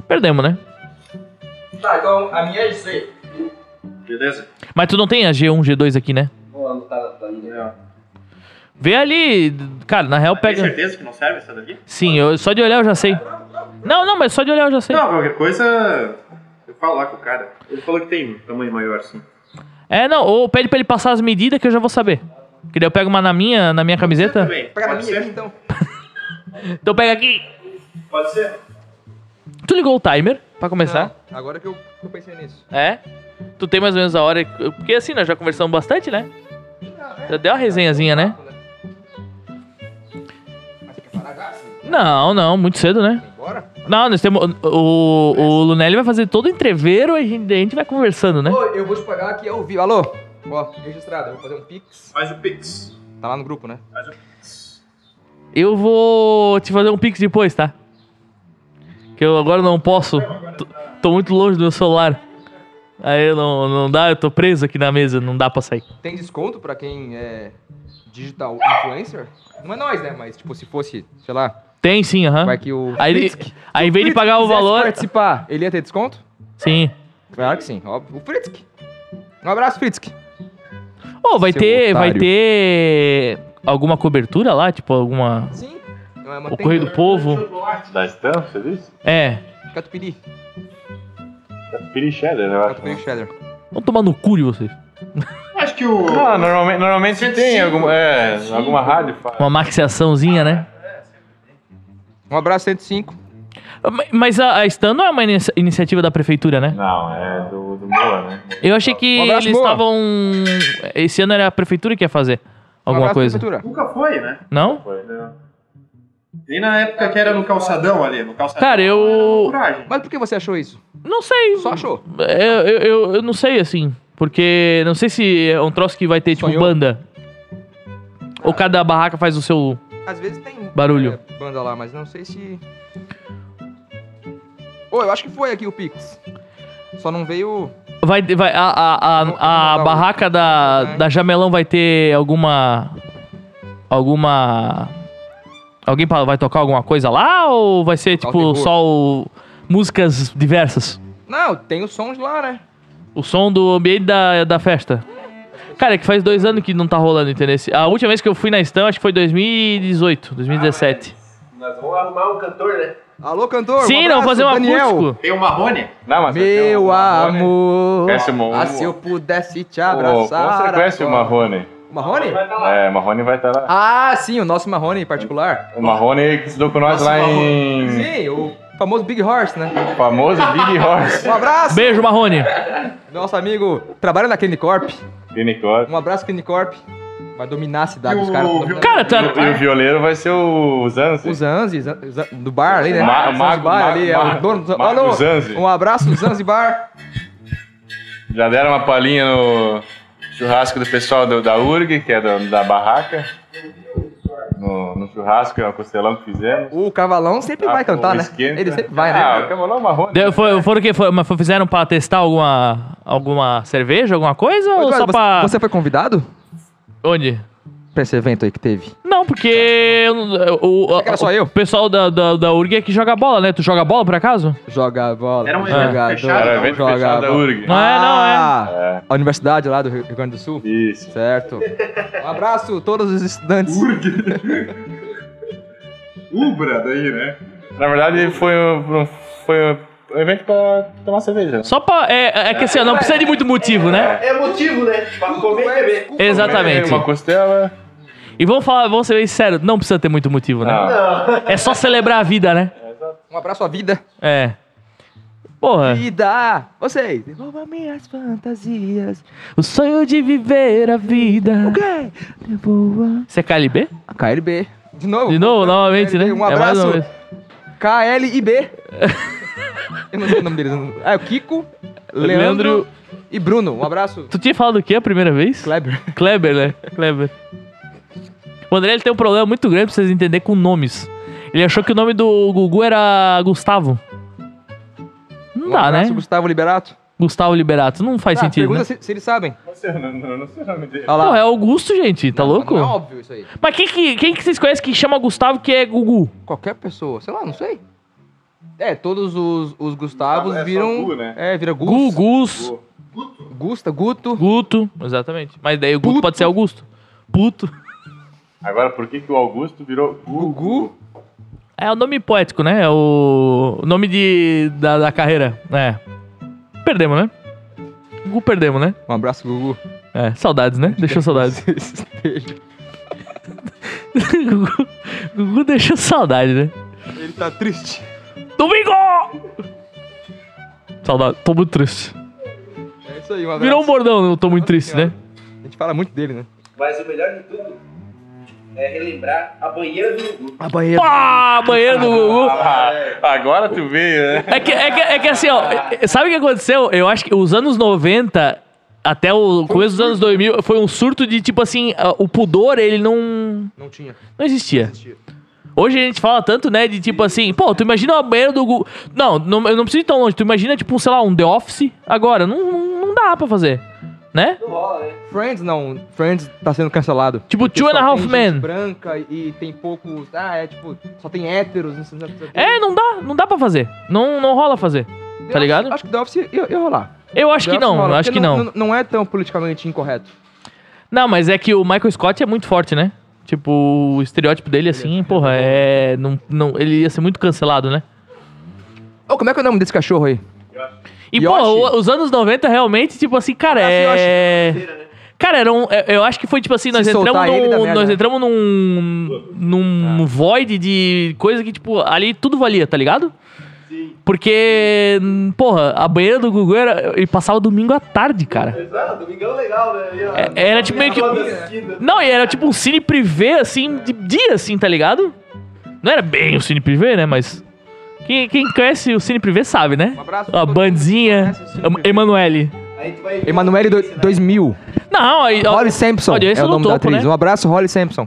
A: Perdemos, né?
D: Tá, então a minha é GC.
C: Beleza?
A: Mas tu não tem a G1, G2 aqui, né?
D: Vou anotar na planilha.
C: Não.
A: Vê ali. Cara, na real
C: Tem
A: pega.
C: certeza que não serve essa daqui?
A: Sim, eu, só de olhar eu já sei. Não, não, mas só de olhar eu já sei.
C: Não, qualquer coisa. Eu falo lá com o cara. Ele falou que tem tamanho maior, sim.
A: É, não, ou pede pra ele passar as medidas que eu já vou saber. Que daí eu pego uma na minha, na minha camiseta.
C: Também.
B: Pega a
C: Pode
B: minha aqui,
C: ser?
B: então.
A: Então pega aqui.
C: Pode ser?
A: Tu ligou o timer pra começar?
B: Não, agora que eu, que eu pensei nisso.
A: É? Tu tem mais ou menos a hora. Porque assim, nós já conversamos bastante, né? Já deu uma resenhazinha, né?
B: Mas você quer parar já? assim?
A: Não, não, muito cedo, né?
B: Bora?
A: Não, nós temos. O, o Lunelli vai fazer todo o entreveiro e a gente, a gente vai conversando, né?
B: Ô, eu vou te pagar aqui ao vivo. Alô? Ó, registrado. Eu vou fazer um pix.
C: Faz o Pix.
B: Tá lá no grupo, né?
C: Faz o Pix.
A: Eu vou te fazer um pix depois, tá? Que eu agora não posso. Tô, tô muito longe do meu celular. Aí não, não dá, eu tô preso aqui na mesa, não dá pra sair.
B: Tem desconto pra quem é digital influencer? Não é nós, né? Mas, tipo, se fosse, sei lá,
A: Tem sim, aham.
B: vai que o.
A: Aí, ele-
B: Fritz
A: aí em vez de
B: Fritz
A: pagar o
B: quisesse
A: valor.
B: participar, ele ia ter desconto?
A: Sim.
B: Claro que sim, óbvio. O Fritzk. Um abraço, Fritzk.
A: Ô, vai
B: Seu
A: ter. Vai
B: um otário.
A: ter. Alguma cobertura lá? Tipo, alguma.
B: Sim. É,
A: O Correio do Povo?
E: Da estampa, você disse?
A: É.
B: Catupiry.
E: Piri Cheddar, eu acho.
B: Catupiry cheddar.
A: Vamos tomar no cu de vocês.
C: Acho que o.
E: Não, normalmente, Ah, normalmente tem alguma, é, alguma rádio. faz.
A: Uma maxiaçãozinha, né?
B: Um abraço, 105.
A: Ma- Mas a, a Stan não é uma inici- iniciativa da prefeitura, né?
E: Não, é do, do Moa, né?
A: Eu achei que
B: Um abraço,
A: eles
B: boa.
A: estavam. Esse ano era a prefeitura que ia fazer alguma
B: um abraço,
A: coisa.
B: Prefeitura.
C: Nunca foi, né?
A: Não?
C: Nem na época que era no calçadão ali, no calçadão.
A: Cara, eu.
C: Coragem.
B: Mas por que você achou isso?
A: Não sei.
B: Só achou?
A: Eu, eu, eu, eu não sei, assim. Porque não sei se é um troço que vai ter, tipo,
B: Sonhou?
A: banda. Ou cada barraca faz o seu.
B: Às vezes tem
A: Barulho.
B: é, banda lá, mas não sei se. Ô, eu acho que foi aqui o Pix. Só não veio.
A: Vai, vai, a, a, a, a
B: um
A: barraca da,
B: né?
A: da Jamelão vai ter alguma. Alguma. Alguém pa- vai tocar alguma coisa lá? Ou vai ser
B: Tocar o
A: tipo
B: terror.
A: só o- músicas diversas?
B: Não, tem o som de lá, né?
A: O som do ambiente da, da festa? Cara, é que faz dois anos que não tá rolando, entendeu? A última vez que eu fui na Estão, acho que foi 2018, 2017.
D: Nós vamos arrumar um cantor, né?
B: Alô, cantor? Ah, um
A: Sim,
B: abraço,
A: não, fazer um
B: Daniel.
A: acústico.
C: Tem o Marrone?
E: Não, mas tem o
B: Meu
E: Marrone.
B: amor.
E: Conhece o Marrone?
B: Ah, se eu pudesse te
E: é Ô, como
B: abraçar.
E: você conhece o
B: agora.
E: Marrone?
B: Marrone?
E: É, o Marrone vai estar lá.
B: Ah, sim, o nosso Marrone em particular.
E: O Marrone que estudou com nós
C: Nossa,
E: lá
C: Marrone.
E: em
B: Sim, o famoso Big Horse, né?
E: famoso Big Horse.
B: Um abraço,
A: Beijo, Marrone.
B: nosso amigo. Trabalha na Clinicorp.
E: Unicórnio.
B: Um abraço, Clinicorp. Vai dominar a cidade, Tá, os
C: E o-
B: caras. tão dominando.
A: Cara, tá- tu
E: E o violeiro vai ser o Zanzi.
B: O Zanzi, Zan- Zan- do bar ali, né?
E: Ma-
B: Zanzi
E: Mago-
B: bar
E: Ma-
B: ali, é
E: Ma-
B: o dono do
E: Mago
B: Alô,
E: Zanzi.
B: Um abraço, Zanzibar.
E: Já deram uma palhinha no churrasco do pessoal do- da URG, que é do- da barraca. No, no churrasco, é o costelão que fizemos.
B: O Cavalão sempre
E: Ah,
B: vai cantar,
E: o
B: né?
E: esquenta.
B: Ele sempre vai,
E: Ah,
B: né?
E: o camelão marrom.
A: Deu- foi, foram o quê? Foi- mas fizeram pra testar alguma, alguma cerveja, alguma coisa? ou
B: Eduardo,
A: só
B: você,
A: pra.
B: você foi convidado
A: Onde?
B: pra esse evento aí que teve?
A: Não, porque eu não- eu- o,
B: que era
A: a-
B: só eu?
A: o pessoal da, da, da URG é que joga bola, né? Tu joga bola por acaso?
B: Joga a bola.
C: Era um evento
B: jogador,
C: fechado?
E: Era o é evento
B: joga
E: fechado
B: a
E: da
B: bola.
E: URG.
A: Não é, não, é.
B: Ah, A universidade lá do Rio Rio Grande do Sul.
E: Isso.
B: Certo. Um abraço a todos os estudantes.
C: Ubra né? daí, né?
E: Na verdade, foi, um- foi um- um evento pra tomar cerveja. né?
A: Só pra. É, é que assim, ó, não precisa de muito motivo, né?
D: É motivo, né? Pra comer e beber.
A: Exatamente.
E: Uma costela.
A: E vamos falar, vamos ser bem sérios, não precisa ter muito motivo, né?
E: Ah,
D: Não.
A: É só celebrar a vida, né?
B: Um abraço à vida.
A: É. Porra.
B: Vida! Vocês! Devolva minhas fantasias.
A: O sonho de viver a vida.
B: Ok! Devolva.
A: Você é KLB?
B: A KLB. De novo?
A: De novo, novamente, né?
B: KLB, Um
A: É mais
B: abraço.
A: uma vez.
B: KLIB. Eu não sei o nome deles. eu não- Ah, é o Kiko, Leandro,
A: Leandro.
B: e Bruno. Um abraço.
A: Tu tinha falado o que a primeira vez?
B: Kleber.
A: Kleber, né? Kleber. O André ele tem um problema muito grande pra vocês entenderem com nomes. Ele achou que o nome do Gugu era Gustavo. Não
B: Um
A: dá, né?
B: abraço, Gustavo Liberato.
A: Gustavo Liberato. Não faz
B: Ah,
A: sentido.
B: Pergunta
A: Né?
B: se, se eles sabem.
E: não sei, não, não, não sei o nome dele.
B: Olha lá.
A: Pô, é Augusto, gente. Tá louco?
B: Não é óbvio isso aí.
A: Mas quem que, quem que vocês conhecem que chama Gustavo que é Gugu?
B: Qualquer pessoa. Sei lá, não sei. É, todos os, os Gustavos
E: É só
B: viram...
E: Gu, né?
B: É, vira Gus.
A: Gugu, Gus,
B: Gusta, Guto.
A: Guto. Exatamente. Mas daí o Guto
B: Puto.
A: pode ser Augusto. Puto.
E: Agora, por que, que o Augusto virou
B: Gugu.
A: É o nome poético, né? É o o nome de, da, da carreira. É. Perdemos, né? Gugu perdemos, né?
B: Um abraço, Gugu. É
A: É, saudades, né? Deixou saudades. Gugu, Gugu deixou saudade, né?
B: Ele tá triste.
A: Domingo! Saudade, tô muito triste.
B: É isso aí, um abraço.
A: Virou um bordão, eu tô muito triste, né?
B: A gente fala muito dele, né?
D: Mas o melhor de tudo é relembrar a banheira do Gugu.
B: A banheira.
A: Pá, banheiro do Gugu.
E: Ah, agora tu veio, né?
A: É que, é que, é que assim, ó, é- sabe o que aconteceu? Eu acho que os anos 90 até o começo dos anos 2000 foi um surto de tipo assim, a- o pudor ele não
B: Não tinha.
A: não existia. Hoje a gente fala tanto, né, de tipo assim, pô, tu imagina uma banheira do Gugu. Não, não, eu não preciso ir tão longe, tu imagina tipo, sei lá, um The Office agora, não, não, não dá pra fazer, né?
D: Não rola, né?
B: Friends não. Friends tá sendo cancelado.
A: Tipo Two and a
B: Só
A: Half
B: tem gente
A: Men.
B: branca e tem poucos. Ah, é tipo. Só tem héteros. Não sei, não sei,
A: É, não dá, não dá pra fazer. Não, não rola fazer. tá ligado?
B: Acho que The Office ia, ia rolar.
A: Eu acho que
B: The
A: não,
B: Office rola,
A: acho
B: porque
A: que não.
B: não. não é tão politicamente incorreto.
A: Não, mas é que o Michael Scott é muito forte, né? Tipo, o estereótipo dele, assim, porra, é. Não, não, ele ia ser muito cancelado, né?
B: Ô, como é que é o nome desse cachorro aí?
A: E,
B: Yoshi.
A: pô, o- os anos 90 realmente, tipo assim, cara, é.
D: né?
A: Cara, era um, é- eu acho que foi tipo assim, nós
B: Se
A: entramos
B: soltar ele, dá
A: num,
B: merda,
A: nós
B: né? Ah.
A: entramos num num void de coisa que tipo, ali tudo valia, tá ligado? Sim. Porque, hum, porra, a banheira do Gugu era ele passava domingo à tarde, cara.
D: Exato, domingão legal, né? Ia lá,
A: É- era tipo meio que-
D: ia lá na esquina.
A: Não, e era tipo um cine privê, assim, de dia, assim, tá ligado? Não era bem o cine privê, né? Mas. Quem, quem conhece o cine privê sabe, né?
B: Um abraço.
A: A bandinha.
B: Conhece o Cine Privé?
A: Emanuele.
D: Aí tu vai ver
B: Emanuele
D: o que
B: do-
D: que
B: 2000.
A: Não, aí. ó,
B: Holly Sampson
A: Então, audiência
B: é o
A: no
B: nome da
A: topo,
B: atriz.
A: né?
B: Um abraço, Holly Sampson.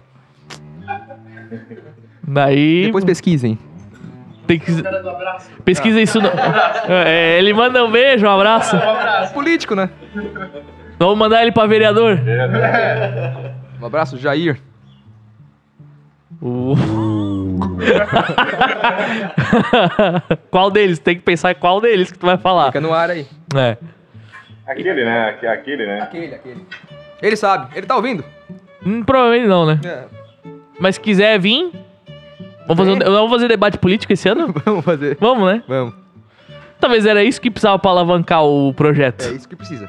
A: Daí.
B: Depois pesquisem.
A: tem que.
B: Tá um
A: Pesquisa isso. No... É, ele manda um beijo, um abraço.
B: Político, né?
A: Vamos mandar ele pra vereador.
B: É. Um abraço, Jair.
A: O- qual deles? Tem que pensar em qual deles que tu vai falar.
B: Fica no ar aí.
A: É.
E: Aquele, né? Aque- Aquele, né?
B: Aquele, aquele. Ele sabe, ele tá ouvindo.
A: Hum, provavelmente não, né?
B: É.
A: Mas se quiser vir. Vamos fazer, um- vamos fazer debate político esse ano?
B: Vamos fazer.
A: Vamos, né?
B: Vamos.
A: Talvez era isso que precisava pra alavancar o projeto.
B: É isso Tá que precisa.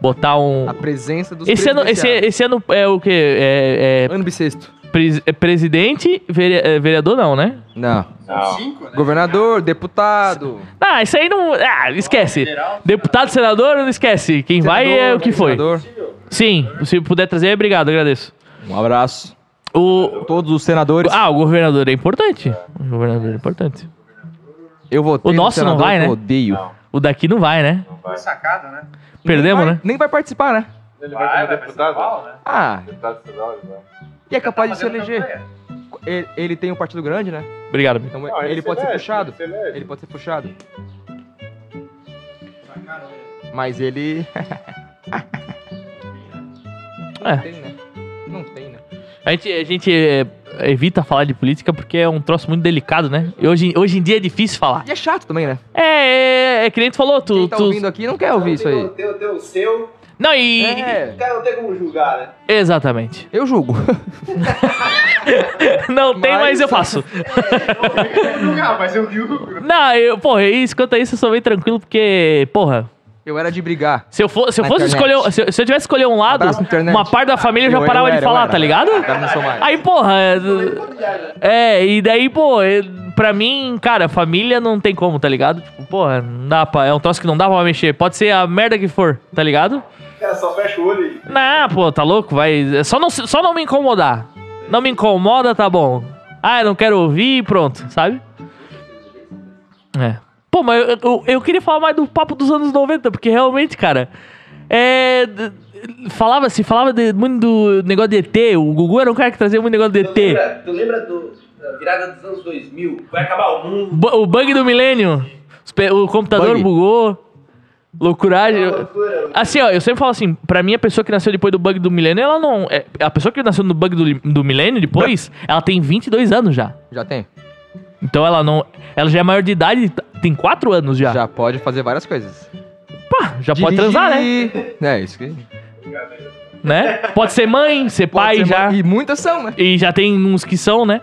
A: Botar um.
B: A presença dos
A: Esse ano, esse,
B: presidenciáveis.
A: esse ano é o quê? É,
B: Ano bissexto.
A: é pres- é presidente, vere- é vereador não, né?
B: Não.
E: Não.
D: Cinco, né?
B: Governador, deputado.
A: Ah, isso aí não. Ah, esquece.
C: Federal,
A: Deputado, senador, não esquece. Quem vai é o que foi.
B: senador.
A: Sim, se puder trazer, obrigado, agradeço.
B: Um abraço.
A: O.
B: Todos os senadores.
A: Ah, o governador é importante. O governador é importante.
B: eu votei
A: o
B: no
A: nosso não
B: senador
A: vai,
B: que eu
A: né?
B: odeio.
A: O daqui não vai, né?
C: foi sacada, né?
A: Perdemos,
B: Vai-
A: né?
B: Nem vai participar, né?
E: Ele
C: Vai,
E: vai
C: Ah, vai
E: como
C: pra São
E: deputado.
C: Paulo, né?
B: Ah,
E: Deputado estadual, ele vai.
B: e é capaz
C: Tá
B: de se
C: fazendo
B: eleger.
C: campanha.
B: Ele, ele tem um partido grande, né?
A: Obrigado, amigo.
B: Então
E: Não,
B: ele, pode ser
E: elege,
B: puxado.
E: Ele, se elege.
B: Ele pode ser puxado. Mas ele.
A: É.
B: Não tem, né? Não tem, né?
A: A gente, a gente é, evita falar de política porque é um troço muito delicado, né? E hoje, hoje em dia é difícil falar.
B: E é chato também, né?
A: É, é, é, é que nem tu falou, tu.
B: Quem tá
A: tu-
B: ouvindo aqui não quer ouvir isso
D: Tem o-
B: aí.
D: Tem o- tem o seu.
A: Não, e.
B: É,
D: O cara não tem como julgar, né?
A: Exatamente.
B: eu julgo.
A: Não tem, mas
B: Mas-
A: eu faço.
C: Não, Ah, mas eu julgo.
A: Não, eu, porra, isso, quanto a isso, eu sou bem tranquilo, porque, porra,
B: Eu era de brigar.
A: se eu, for, se eu
B: Na
A: fosse
B: internet.
A: escolher. um- Se eu, se eu tivesse escolher um lado,
B: Abraço, internet.
A: uma parte da família eu já
B: Eu
A: parava
B: era,
A: de
B: eu
A: falar,
B: era.
A: tá ligado?
B: Agora não sou mais.
A: Aí, porra. É, é, e daí, pô, é, pra mim, cara, família não tem como, tá ligado? Tipo, porra, não dá pra. É um troço que não dá pra mexer. Pode ser a merda que for, tá ligado?
D: O cara só fecha o olho e.
A: Não, pô, tá louco? Vai. é Só não, se- só não me incomodar. Não me incomoda, tá bom. Ah, eu não quero ouvir, pronto, sabe? É. Pô, mas eu, eu, eu queria falar mais do papo dos anos 90, porque realmente, cara. É. d- Falava-se, falava de- muito do negócio de ET. O Gugu era um cara que trazia muito negócio de
D: Tu
A: ET.
D: lembra, tu lembra do, da virada dos anos 2000? Vai acabar o mundo.
A: Bu- O bug do milênio. Os pe- O computador
B: Bug.
A: bugou. Loucuragem.
D: Uma é loucura.
A: Assim, ó, eu sempre falo assim, pra mim a pessoa que nasceu depois do bug do milênio, ela não. é, a pessoa que nasceu no bug do, li- do milênio depois, ela tem 22 anos já.
B: Já tem?
A: Então ela não. Ela já é maior de idade, t- tem 4 anos já. Já,
B: Já pode fazer várias coisas.
A: Pá, Tá. já pode transar, né?
B: Dirigir. É, isso que.
A: né? Pode ser mãe, ser pai
B: Pode ser
A: já.
B: uma- E muitas são, né?
A: E já tem uns que são, né?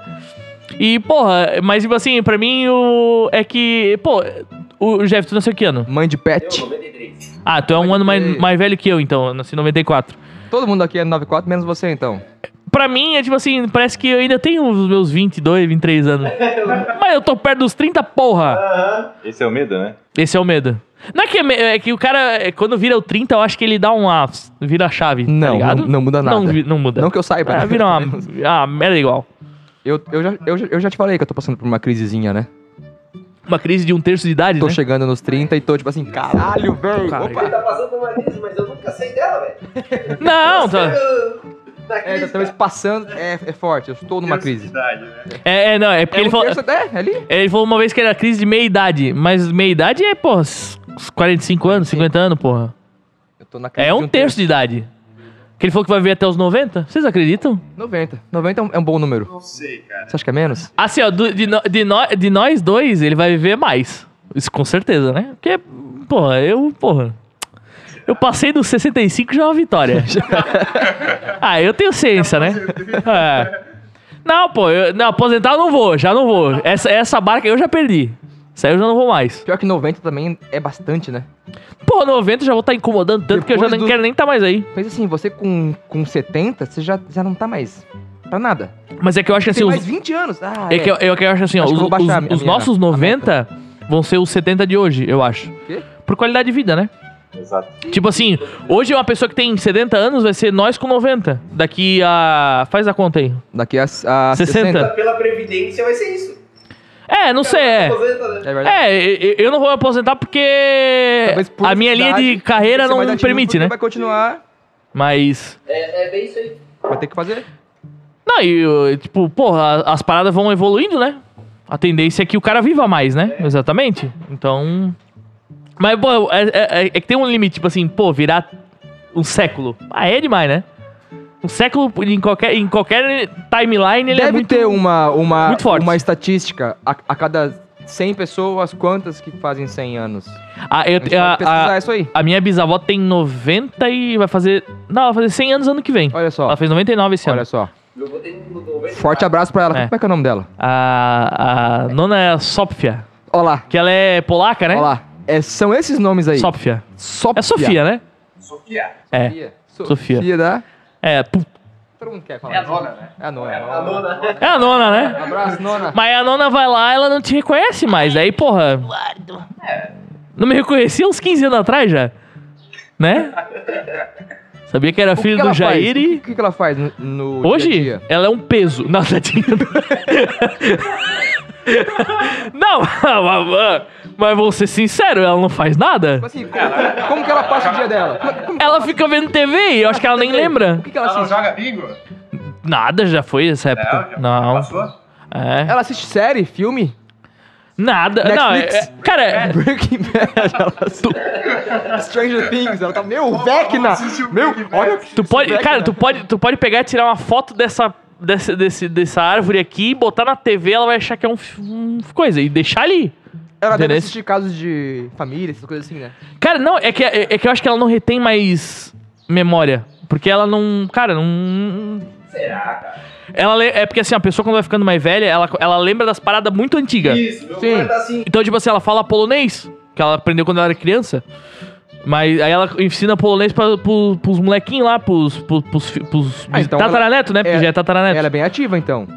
A: E, porra, mas tipo assim, pra mim o. É que. Pô, o Jeff, tu nasceu que ano?
B: Mãe de
D: Eu,
B: pet.
D: 93.
A: Ah, tu é um ano mais,
B: crer.
A: mais velho que eu, então. Eu nasci em 94.
B: Todo mundo aqui é 94, menos você então.
A: Pra mim, é tipo assim, parece que eu ainda tenho os meus 22, 23 anos. Mas eu tô perto dos 30, porra!
D: Aham.
E: Esse é o medo, né?
A: Esse é o medo. Não é que, é me- é que o cara, é, quando vira o 30, eu acho que ele dá uma... Vira a chave, tá
B: Não,
A: ligado?
B: não- não muda nada.
A: Não, vi- não muda.
B: Não que eu saiba.
A: É,
B: né?
A: vira uma, uma merda igual.
B: Eu, eu, já, eu, já, eu já te falei que eu tô passando por uma crisezinha, né?
A: Uma crise de um terço de idade,
B: Tô
A: né?
B: chegando nos 30 e tô tipo assim, caralho, velho.
A: Cara,
B: Opa!
D: Ele tá passando por uma crise, mas eu nunca saí dela, velho.
A: Não, tá...
D: Eu- Na
B: É,
D: crise,
B: já estamos passando. É, é forte, eu estou numa crise.
C: Idade, né?
A: É, é, não, é porque
B: É
A: ele
B: um
A: falou...
B: terço- é, é ali.
A: Ele falou uma vez que era crise de meia-idade, mas meia-idade é, porra, uns 45 anos, 50 anos, porra.
B: Eu tô na crise
A: É
B: de
A: um terço de idade. Que ele falou que vai viver até os 90? Vocês acreditam?
B: 90. 90 é um, é um bom número.
C: Não sei, cara.
B: Você acha que é menos?
A: Assim, ó, do- de, no- de, nó- de nós dois, ele vai viver mais. Isso com certeza, né? Porque, porra, eu, porra. Eu passei dos 65 já é uma vitória. ah, eu tenho ciência, né? É. Não, pô, eu, não, aposentar eu não vou, já não vou. Essa, essa barca eu já perdi. Isso aí eu já não vou mais.
B: Pior que 90 também é bastante, né?
A: Pô, 90 eu já vou estar incomodando tanto que eu já
B: Depois
A: não
B: do-
A: quero nem estar mais aí.
B: Mas assim, você com, com 70, você já, já não tá mais pra nada.
A: Mas é que eu acho que assim,
B: Tem mais
A: os,
B: 20 anos. Ah,
A: É que eu, eu que eu acho assim, ó,
B: Acho que
A: os,
B: eu vou baixar
A: os-
B: a
A: os
B: minha-
A: nossos
B: a
A: 90 vão ser os 70 de hoje, eu acho.
B: Quê?
A: Por qualidade de vida, né?
E: Exato.
A: Tipo assim, hoje uma pessoa que tem 70 anos vai ser nós com 90. Daqui a. Faz a conta aí.
B: Daqui a, a
A: 60.
B: 60.
D: Pela previdência vai ser isso.
A: É, não sei, é.
D: Aposenta, né?
B: É verdade.
A: É, e- e- eu não vou me aposentar porque
B: Talvez por
A: a minha linha de
B: necessidade,
A: carreira
B: Você vai dar
A: não
B: tiro porque
A: permite, né?
B: Vai continuar,
A: Mas.
D: É, é bem isso aí.
B: vai ter que fazer.
A: Não, e eu, tipo, porra, a- as paradas vão evoluindo, né? A tendência é que o cara viva mais, né?
B: É.
A: Exatamente. Então. Mas, pô, é, é- é que tem um limite, tipo assim, pô, virar um século. Ah, é demais, né? Um século em qualquer, em qualquer timeline ele
B: Deve
A: é muito.
B: ter um. uma, uma,
A: muito forte.
B: uma estatística a, a cada 100 pessoas, quantas que fazem 100 anos?
A: Ah, eu-
B: A gente
A: a,
B: pode pesquisar
A: a-
B: isso aí.
A: a minha bisavó tem 90 e vai fazer. Não, vai fazer 100 anos ano que vem.
B: Olha só,
A: Ela fez 99 esse
B: olha
A: ano.
B: só.
D: Eu vou ter que no
B: Forte abraço pra ela.
A: É.
B: Como é que é o nome dela?
A: A, a nona é a Sofia,
B: Olá,
A: que ela é polaca, né?
B: olá. É, são esses nomes aí.
A: Sofia.
B: Sofia.
A: É Sofia, né?
C: Sofia.
A: É.
B: Sofia.
A: Sofia.
B: Sofia da...
A: É, pu-
B: Todo mundo quer falar. É a nona, né? É a nona.
D: A nona.
A: é a nona, né?
B: Abraço, nona.
A: Mas a nona vai lá, ela não te reconhece mais. Aí, porra, é.
F: Eduardo.
A: não me reconhecia uns 15 anos atrás já? Né? Sabia que era
B: O que
A: filho
B: que
A: do
B: ela faz?
A: Jair
B: O
A: e.
B: que, que ela faz no, no dia a
A: Hoje,
B: dia?
A: ela é um peso. Não, tadinha. não, mas- mas- mas vou ser sincero, ela não faz nada.
B: Tipo assim, como, como que ela passa o dia dela? Como- como-
A: Ela fica vendo TV e eu acho que ela nem lembra.
B: O que, que ela
C: Ela não
B: assiste?
C: joga bingo?
A: Nada já foi essa época.
C: já
A: Não.
C: Passou?
A: É.
B: Ela assiste série, filme?
A: Nada. Não, é-
B: Netflix?
A: é- cara,
B: Breaking Bad, ela assiste. Stranger Things, ela tá. Meu, Vecna!
C: assiste o
B: Meu,
C: Breaking Bad.
B: olha o que.
A: Tu pode,
B: Vecna.
D: né?
A: cara, tu pode, tu pode pegar e tirar uma foto dessa, dessa, desse, dessa árvore aqui, botar na TV, ela vai achar que é um, f- um coisa e deixar ali.
B: Ela deve
A: Interesse.
B: assistir casos de família, essas coisas assim, né?
A: Cara, não, é que, é, é que eu acho que ela não retém mais memória. Porque ela não. Cara, não.
D: Será, cara?
A: Ela le- É porque assim, a pessoa quando vai ficando mais velha, ela, ela lembra das paradas muito antigas.
D: Isso, meu
B: Sim.
D: pai tá assim.
A: Então, tipo assim, ela fala polonês, que ela aprendeu quando ela era criança. Mas aí ela ensina polonês pra, pro, pros molequinhos lá, pros, pros, pros, fi- pros
B: Ah, então
A: tataraneto, né? Porque
B: é-
A: já é tataraneto.
B: Ela é bem ativa, então.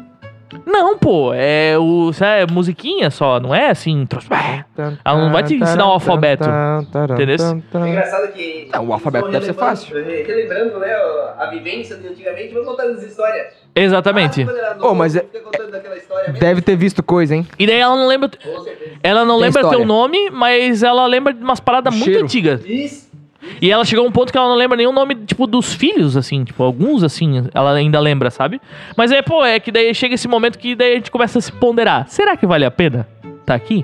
A: Não, pô, é o. isso É musiquinha só, não é assim. troço- Ela não vai te ensinar o alfabeto, entendeu?
D: É engraçado que.
B: Não, o alfabeto
D: eles
B: deve ser
D: são relevantes,
B: fácil.
D: porque Relembrando, né, a vivência de antigamente, vamos contar as histórias.
A: Exatamente.
D: Ah, quando era
B: Ô,
D: novo,
B: mas é-
D: fica contando daquela história mesmo.
B: Deve ter visto coisa, hein?
A: E daí ela não lembra.
D: Com certeza.
A: Ela não
B: Tem
A: lembra
B: história.
A: teu nome, mas ela lembra de umas paradas
B: O
A: muito
B: cheiro.
A: antigas.
D: Isso.
A: E ela chegou a um ponto que ela não lembra nenhum nome, tipo, dos filhos, assim, tipo, alguns assim, ela ainda lembra, sabe? Mas é, pô, é que daí chega esse momento que daí a gente começa a se ponderar. Será que vale a pena tá aqui?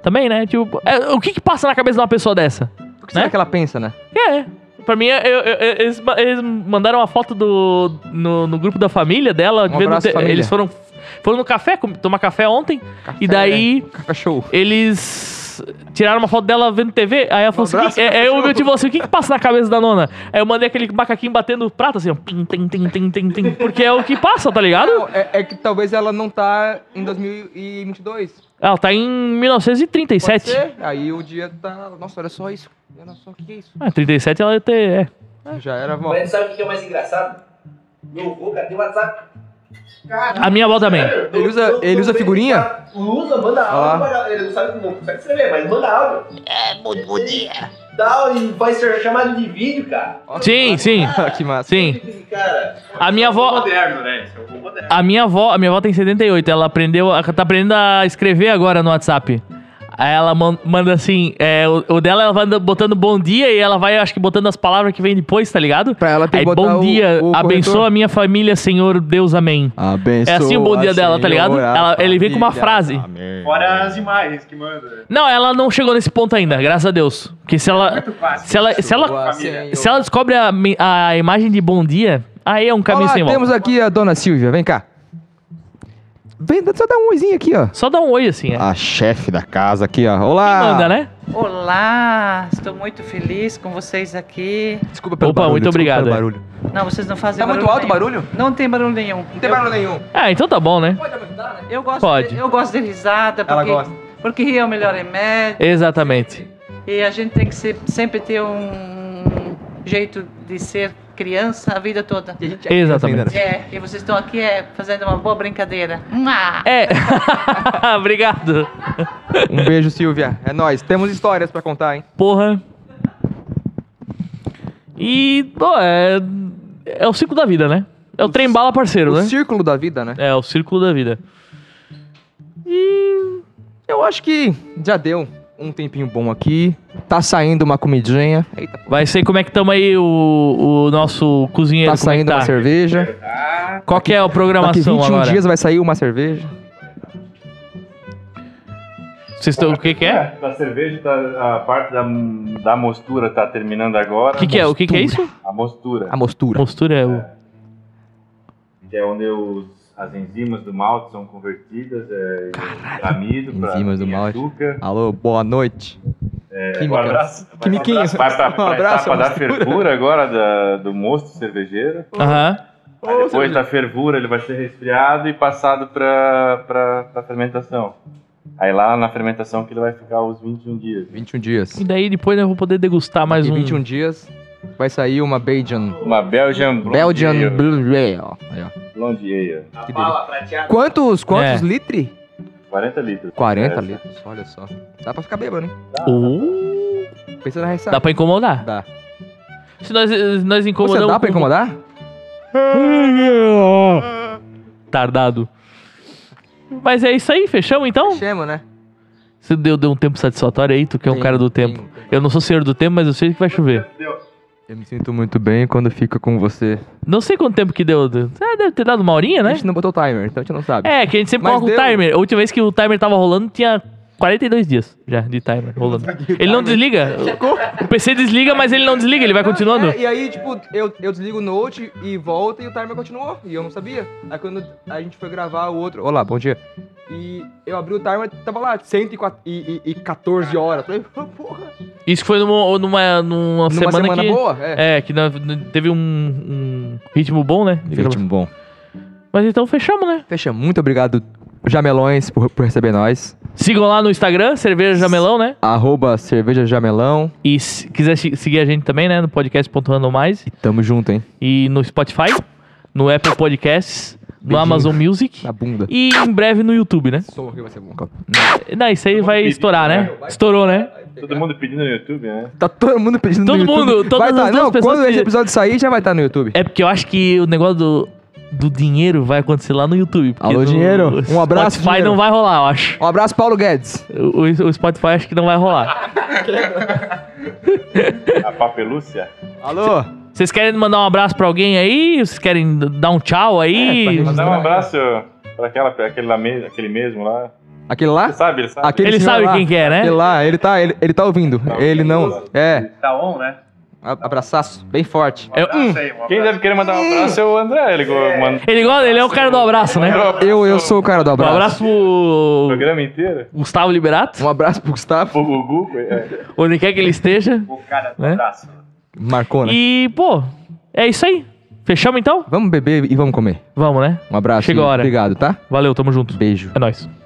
A: Também, né? Tipo, é, o que que passa na cabeça de uma pessoa dessa?
B: O que será
A: Né?
B: que ela pensa, né?
A: É. Pra mim, eu- eu- eu- eles, ma- eles mandaram uma foto do, no, no grupo da família dela.
B: Um abraço, família.
A: Eles foram, foram no café, com- tomar café ontem.
B: Café, né?
A: e daí
B: Cachorro.
A: eles tiraram uma foto dela vendo TV. Aí ela falou assim:
B: Um abraço,
A: é, é, eu, eu tipo assim, o que que passa na cabeça da nona? Aí eu mandei aquele macaquinho batendo prato, assim, ó, pim, tim, tim, tim, tim, tim, porque é o que passa, tá ligado?
B: Não, é, é que talvez ela não tá em 2022.
A: Ela tá em
B: Pode
A: 1937.
B: ser? Aí o dia tá. Nossa, olha só isso. Olha só, o que é isso?
A: Ah, 37 ela ia ter. é.
B: Já era bom.
D: Mas sabe o que é mais engraçado? Meu avô, cara, tem WhatsApp.
A: É. A minha avó também.
B: Ele usa-
D: Não- não-
B: ele usa
D: não- tá?
B: figurinha?
D: Usa, manda
B: Ah.
D: áudio. pra- Ele não sabe, não consegue escrever, mas manda áudio.
F: É, muito bom dia.
D: Dá e vai ser chamado de vídeo, cara.
A: Sim, sim.
B: que massa.
A: Sim.
D: Cara,
A: A minha avó.
C: Moderno, né? Isso é um bom moderno.
A: A minha avó, a minha avó tem 78, ela aprendeu, ela tá aprendendo a escrever agora no WhatsApp. Aí ela man- manda assim, é, o, o dela ela vai botando bom dia e ela vai, acho que botando as palavras que vem depois, tá ligado?
B: Pra ela ter
A: Aí
B: que botar
A: bom
B: o-
A: dia,
B: o
A: abençoa
B: corretor.
A: a minha família, Senhor Deus, amém.
B: Abençoa.
A: É assim o bom dia dela, tá ligado?
B: Senhor, é a
A: Ela- ele vem com uma
B: família.
A: frase.
B: Amém.
C: Fora as imagens que manda, né?
A: Não, ela não chegou nesse ponto ainda, graças a Deus. Porque se ela
C: Muito fácil.
A: se ela se ela,
B: Boa,
C: família.
B: Senhor.
A: se ela descobre a, me- a imagem de bom dia, aí é um caminho
B: Olá,
A: sem volta.
B: temos aqui a dona Silvia, vem cá. Vem, dá- só dá um oizinho aqui, ó.
A: Só dá um oi assim, é.
B: A chefe da casa aqui, ó. Olá!
A: Manda, né?
G: Olá, estou muito feliz com vocês aqui.
B: Desculpa pelo
A: Opa,
B: barulho.
A: muito
B: desculpa
A: obrigado,
B: pelo
A: é.
B: barulho.
G: Não, vocês não fazem
B: Tá muito alto o barulho?
G: nenhum. Não tem barulho nenhum.
B: Não tem barulho nenhum.
A: Ah, então tá bom, né?
B: Pode aumentar, né?
G: um Eu, eu gosto
A: Pode.
G: De, eu gosto de risada.
B: Ela
G: porque-
B: gosta.
G: Porque rir é o melhor remédio.
A: Exatamente.
G: E a gente tem que ser- sempre ter um jeito de ser criança a vida toda.
A: Exatamente.
G: É, e vocês estão aqui é, fazendo uma boa brincadeira. Mua!
A: É. Obrigado.
B: Um beijo, Silvia. É nóis. Temos histórias pra contar, hein?
A: Porra. E, pô, é. É o ciclo da vida, né? É o, trem bala parceiro,
B: O
A: né?
B: círculo da vida, né?
A: É, o círculo da vida.
B: Eu acho que já deu um tempinho bom aqui. Tá saindo uma comidinha. Eita, tá
A: Vai ser como é que tamo aí o, o nosso cozinheiro.
B: tá
A: como é que
B: saindo uma cerveja.
A: Qual que é a
B: Daqui
A: programação
B: 21
A: agora?
B: dias vai sair uma cerveja.
A: Vocês estão. O que que é?
E: Da cerveja, tá- a parte da, da mostura tá terminando agora.
A: O que que é? O que que é isso?
E: A mostura,
B: A mostura.
A: Postura é o...
E: que é onde os- as enzimas do malte são convertidas é, em amido para
B: Enzimas do malte.
E: açúcar.
B: Alô, boa noite.
E: Um abraço.
B: Quimiquinhos.
E: Vai para
B: Um
E: a
B: abraço,
E: etapa da
B: mostura.
E: fervura agora da- do mosto cervejeiro.
A: Aham.
E: Aí depois da fervura ele vai ser resfriado e passado para a fermentação. Aí lá na fermentação que ele vai ficar os 21 dias.
B: 21 dias.
A: E daí depois eu vou poder degustar mais
B: Em
A: um.
B: 21 dias vai sair uma Belgian.
E: Uma Belgian Blonde
B: Belgian
E: Ale.
B: Blue Ale. Aí, ó.
E: Blonde Ale.
D: a
B: Que
D: bala prateada.
B: Quantos, quantos
A: É.
B: litros?
E: 40 litros. É,
B: 40
E: Essa.
B: litros, olha só. Dá pra ficar bêbado, né?
A: Uh,
B: Pensa na ressaca.
A: dá pra incomodar.
B: Dá.
A: Se nós, se nós incomodamos.
B: Você dá pra
A: com-
B: incomodar?
A: Tardado. Mas é isso aí, fechamos então?
B: Chama, né?
A: Você deu, deu um tempo satisfatório aí, tu que é um
B: Tem,
A: cara do
B: tem.
A: tempo. Eu não sou senhor do tempo, mas eu sei que vai chover.
B: Eu me sinto muito bem quando fico com você.
A: Não sei quanto tempo que deu. deu- Ah, deve ter dado uma horinha,
B: A
A: né?
B: gente não botou o timer, então a gente não sabe.
A: É, que a gente sempre
B: Mas
A: coloca o
B: deu.
A: timer. A última vez que o timer tava rolando, tinha 42 dias já de timer
B: Tá
A: rolando. Ele não desliga. O PC desliga, mas ele não desliga, ele vai Tá continuando.
B: É, e aí, tipo, eu, eu desligo o note e volta e o timer continuou. E eu não sabia. Aí quando a gente foi gravar o outro. Olá, bom dia. E eu abri o timer, tava lá, 114 horas. Falei, "Ah, porra.
A: Isso foi numa, numa, numa
B: Numa
A: semana,
B: semana
A: que.
B: boa, é.
A: É, que na- teve um, um ritmo bom, né?
B: Ritmo bom.
A: Mas então fechamos, né?
B: Fecha, muito obrigado, Jamelões, por, por receber nós.
A: Sigam lá no Instagram, Cerveja Jamelão, né?
B: Arroba cerveja Jamelão.
A: E se quiser se- seguir a gente também, né? No podcast.randomize
B: E tamo junto, hein?
A: e no Spotify, no Apple Podcasts, no
B: Beijinho.
A: Amazon Music
B: Na bunda.
A: e em breve no YouTube, né?
B: Som vai ser bom.
A: Não, isso aí vai
E: pedindo,
A: estourar, né? Estourou, né?
E: Todo mundo pedindo no YouTube, né?
B: Tá todo mundo pedindo
A: Todo
B: no YouTube.
A: mundo, todas
B: vai tá,
A: as
B: não,
A: pessoas
B: quando
A: que-
B: esse episódio sair, já vai estar no YouTube.
A: É porque eu acho que o negócio do, do dinheiro vai acontecer lá no YouTube. porque
B: Alô,
A: no-
B: dinheiro.
A: o
B: Um abraço,
A: Spotify
B: dinheiro.
A: não vai rolar, eu acho.
B: Um abraço, Paulo Guedes.
A: O, o- o Spotify acho que não vai rolar.
E: A papelúcia.
B: Alô?
A: Vocês querem mandar um abraço pra alguém aí? Vocês querem d- dar um tchau
B: É, pra
A: aí?
B: gente
E: Mandar um abraço pra, aquela, pra aquele, lá mesmo, aquele mesmo lá.
B: Aquele lá?
E: Ele sabe, ele sabe.
B: Ah, Aquele
A: Ele
B: senhor
A: sabe
B: lá.
A: quem que é, né?
B: Aquele lá, ele tá, ele, ele tá ouvindo. ele não. É,
C: Tá on, né?
B: a- abraçaço, bem forte.
C: Um
A: É,
C: abraço aí, um abraço.
E: Quem deve querer mandar um abraço é o André. Ele mandou
A: hum. Ele, gosta, ele é o cara do abraço, né?
B: Eu, eu sou o cara do
A: Um abraço
B: abraço.
E: o
A: pro
E: programa inteiro.
A: Gustavo Liberato,
B: Um abraço pro Gustavo.
E: O Gugu. É.
A: onde quer que ele esteja.
C: O cara do
A: Né?
C: abraço.
B: Marcou, né?
A: E, pô, é isso aí. Fechamos então?
B: Vamos beber e vamos comer.
A: Vamos, né?
B: Um abraço.
A: Chegou a
B: e
A: hora.
B: Obrigado, tá?
A: Valeu, tamo junto.
B: Beijo.
A: É nóis.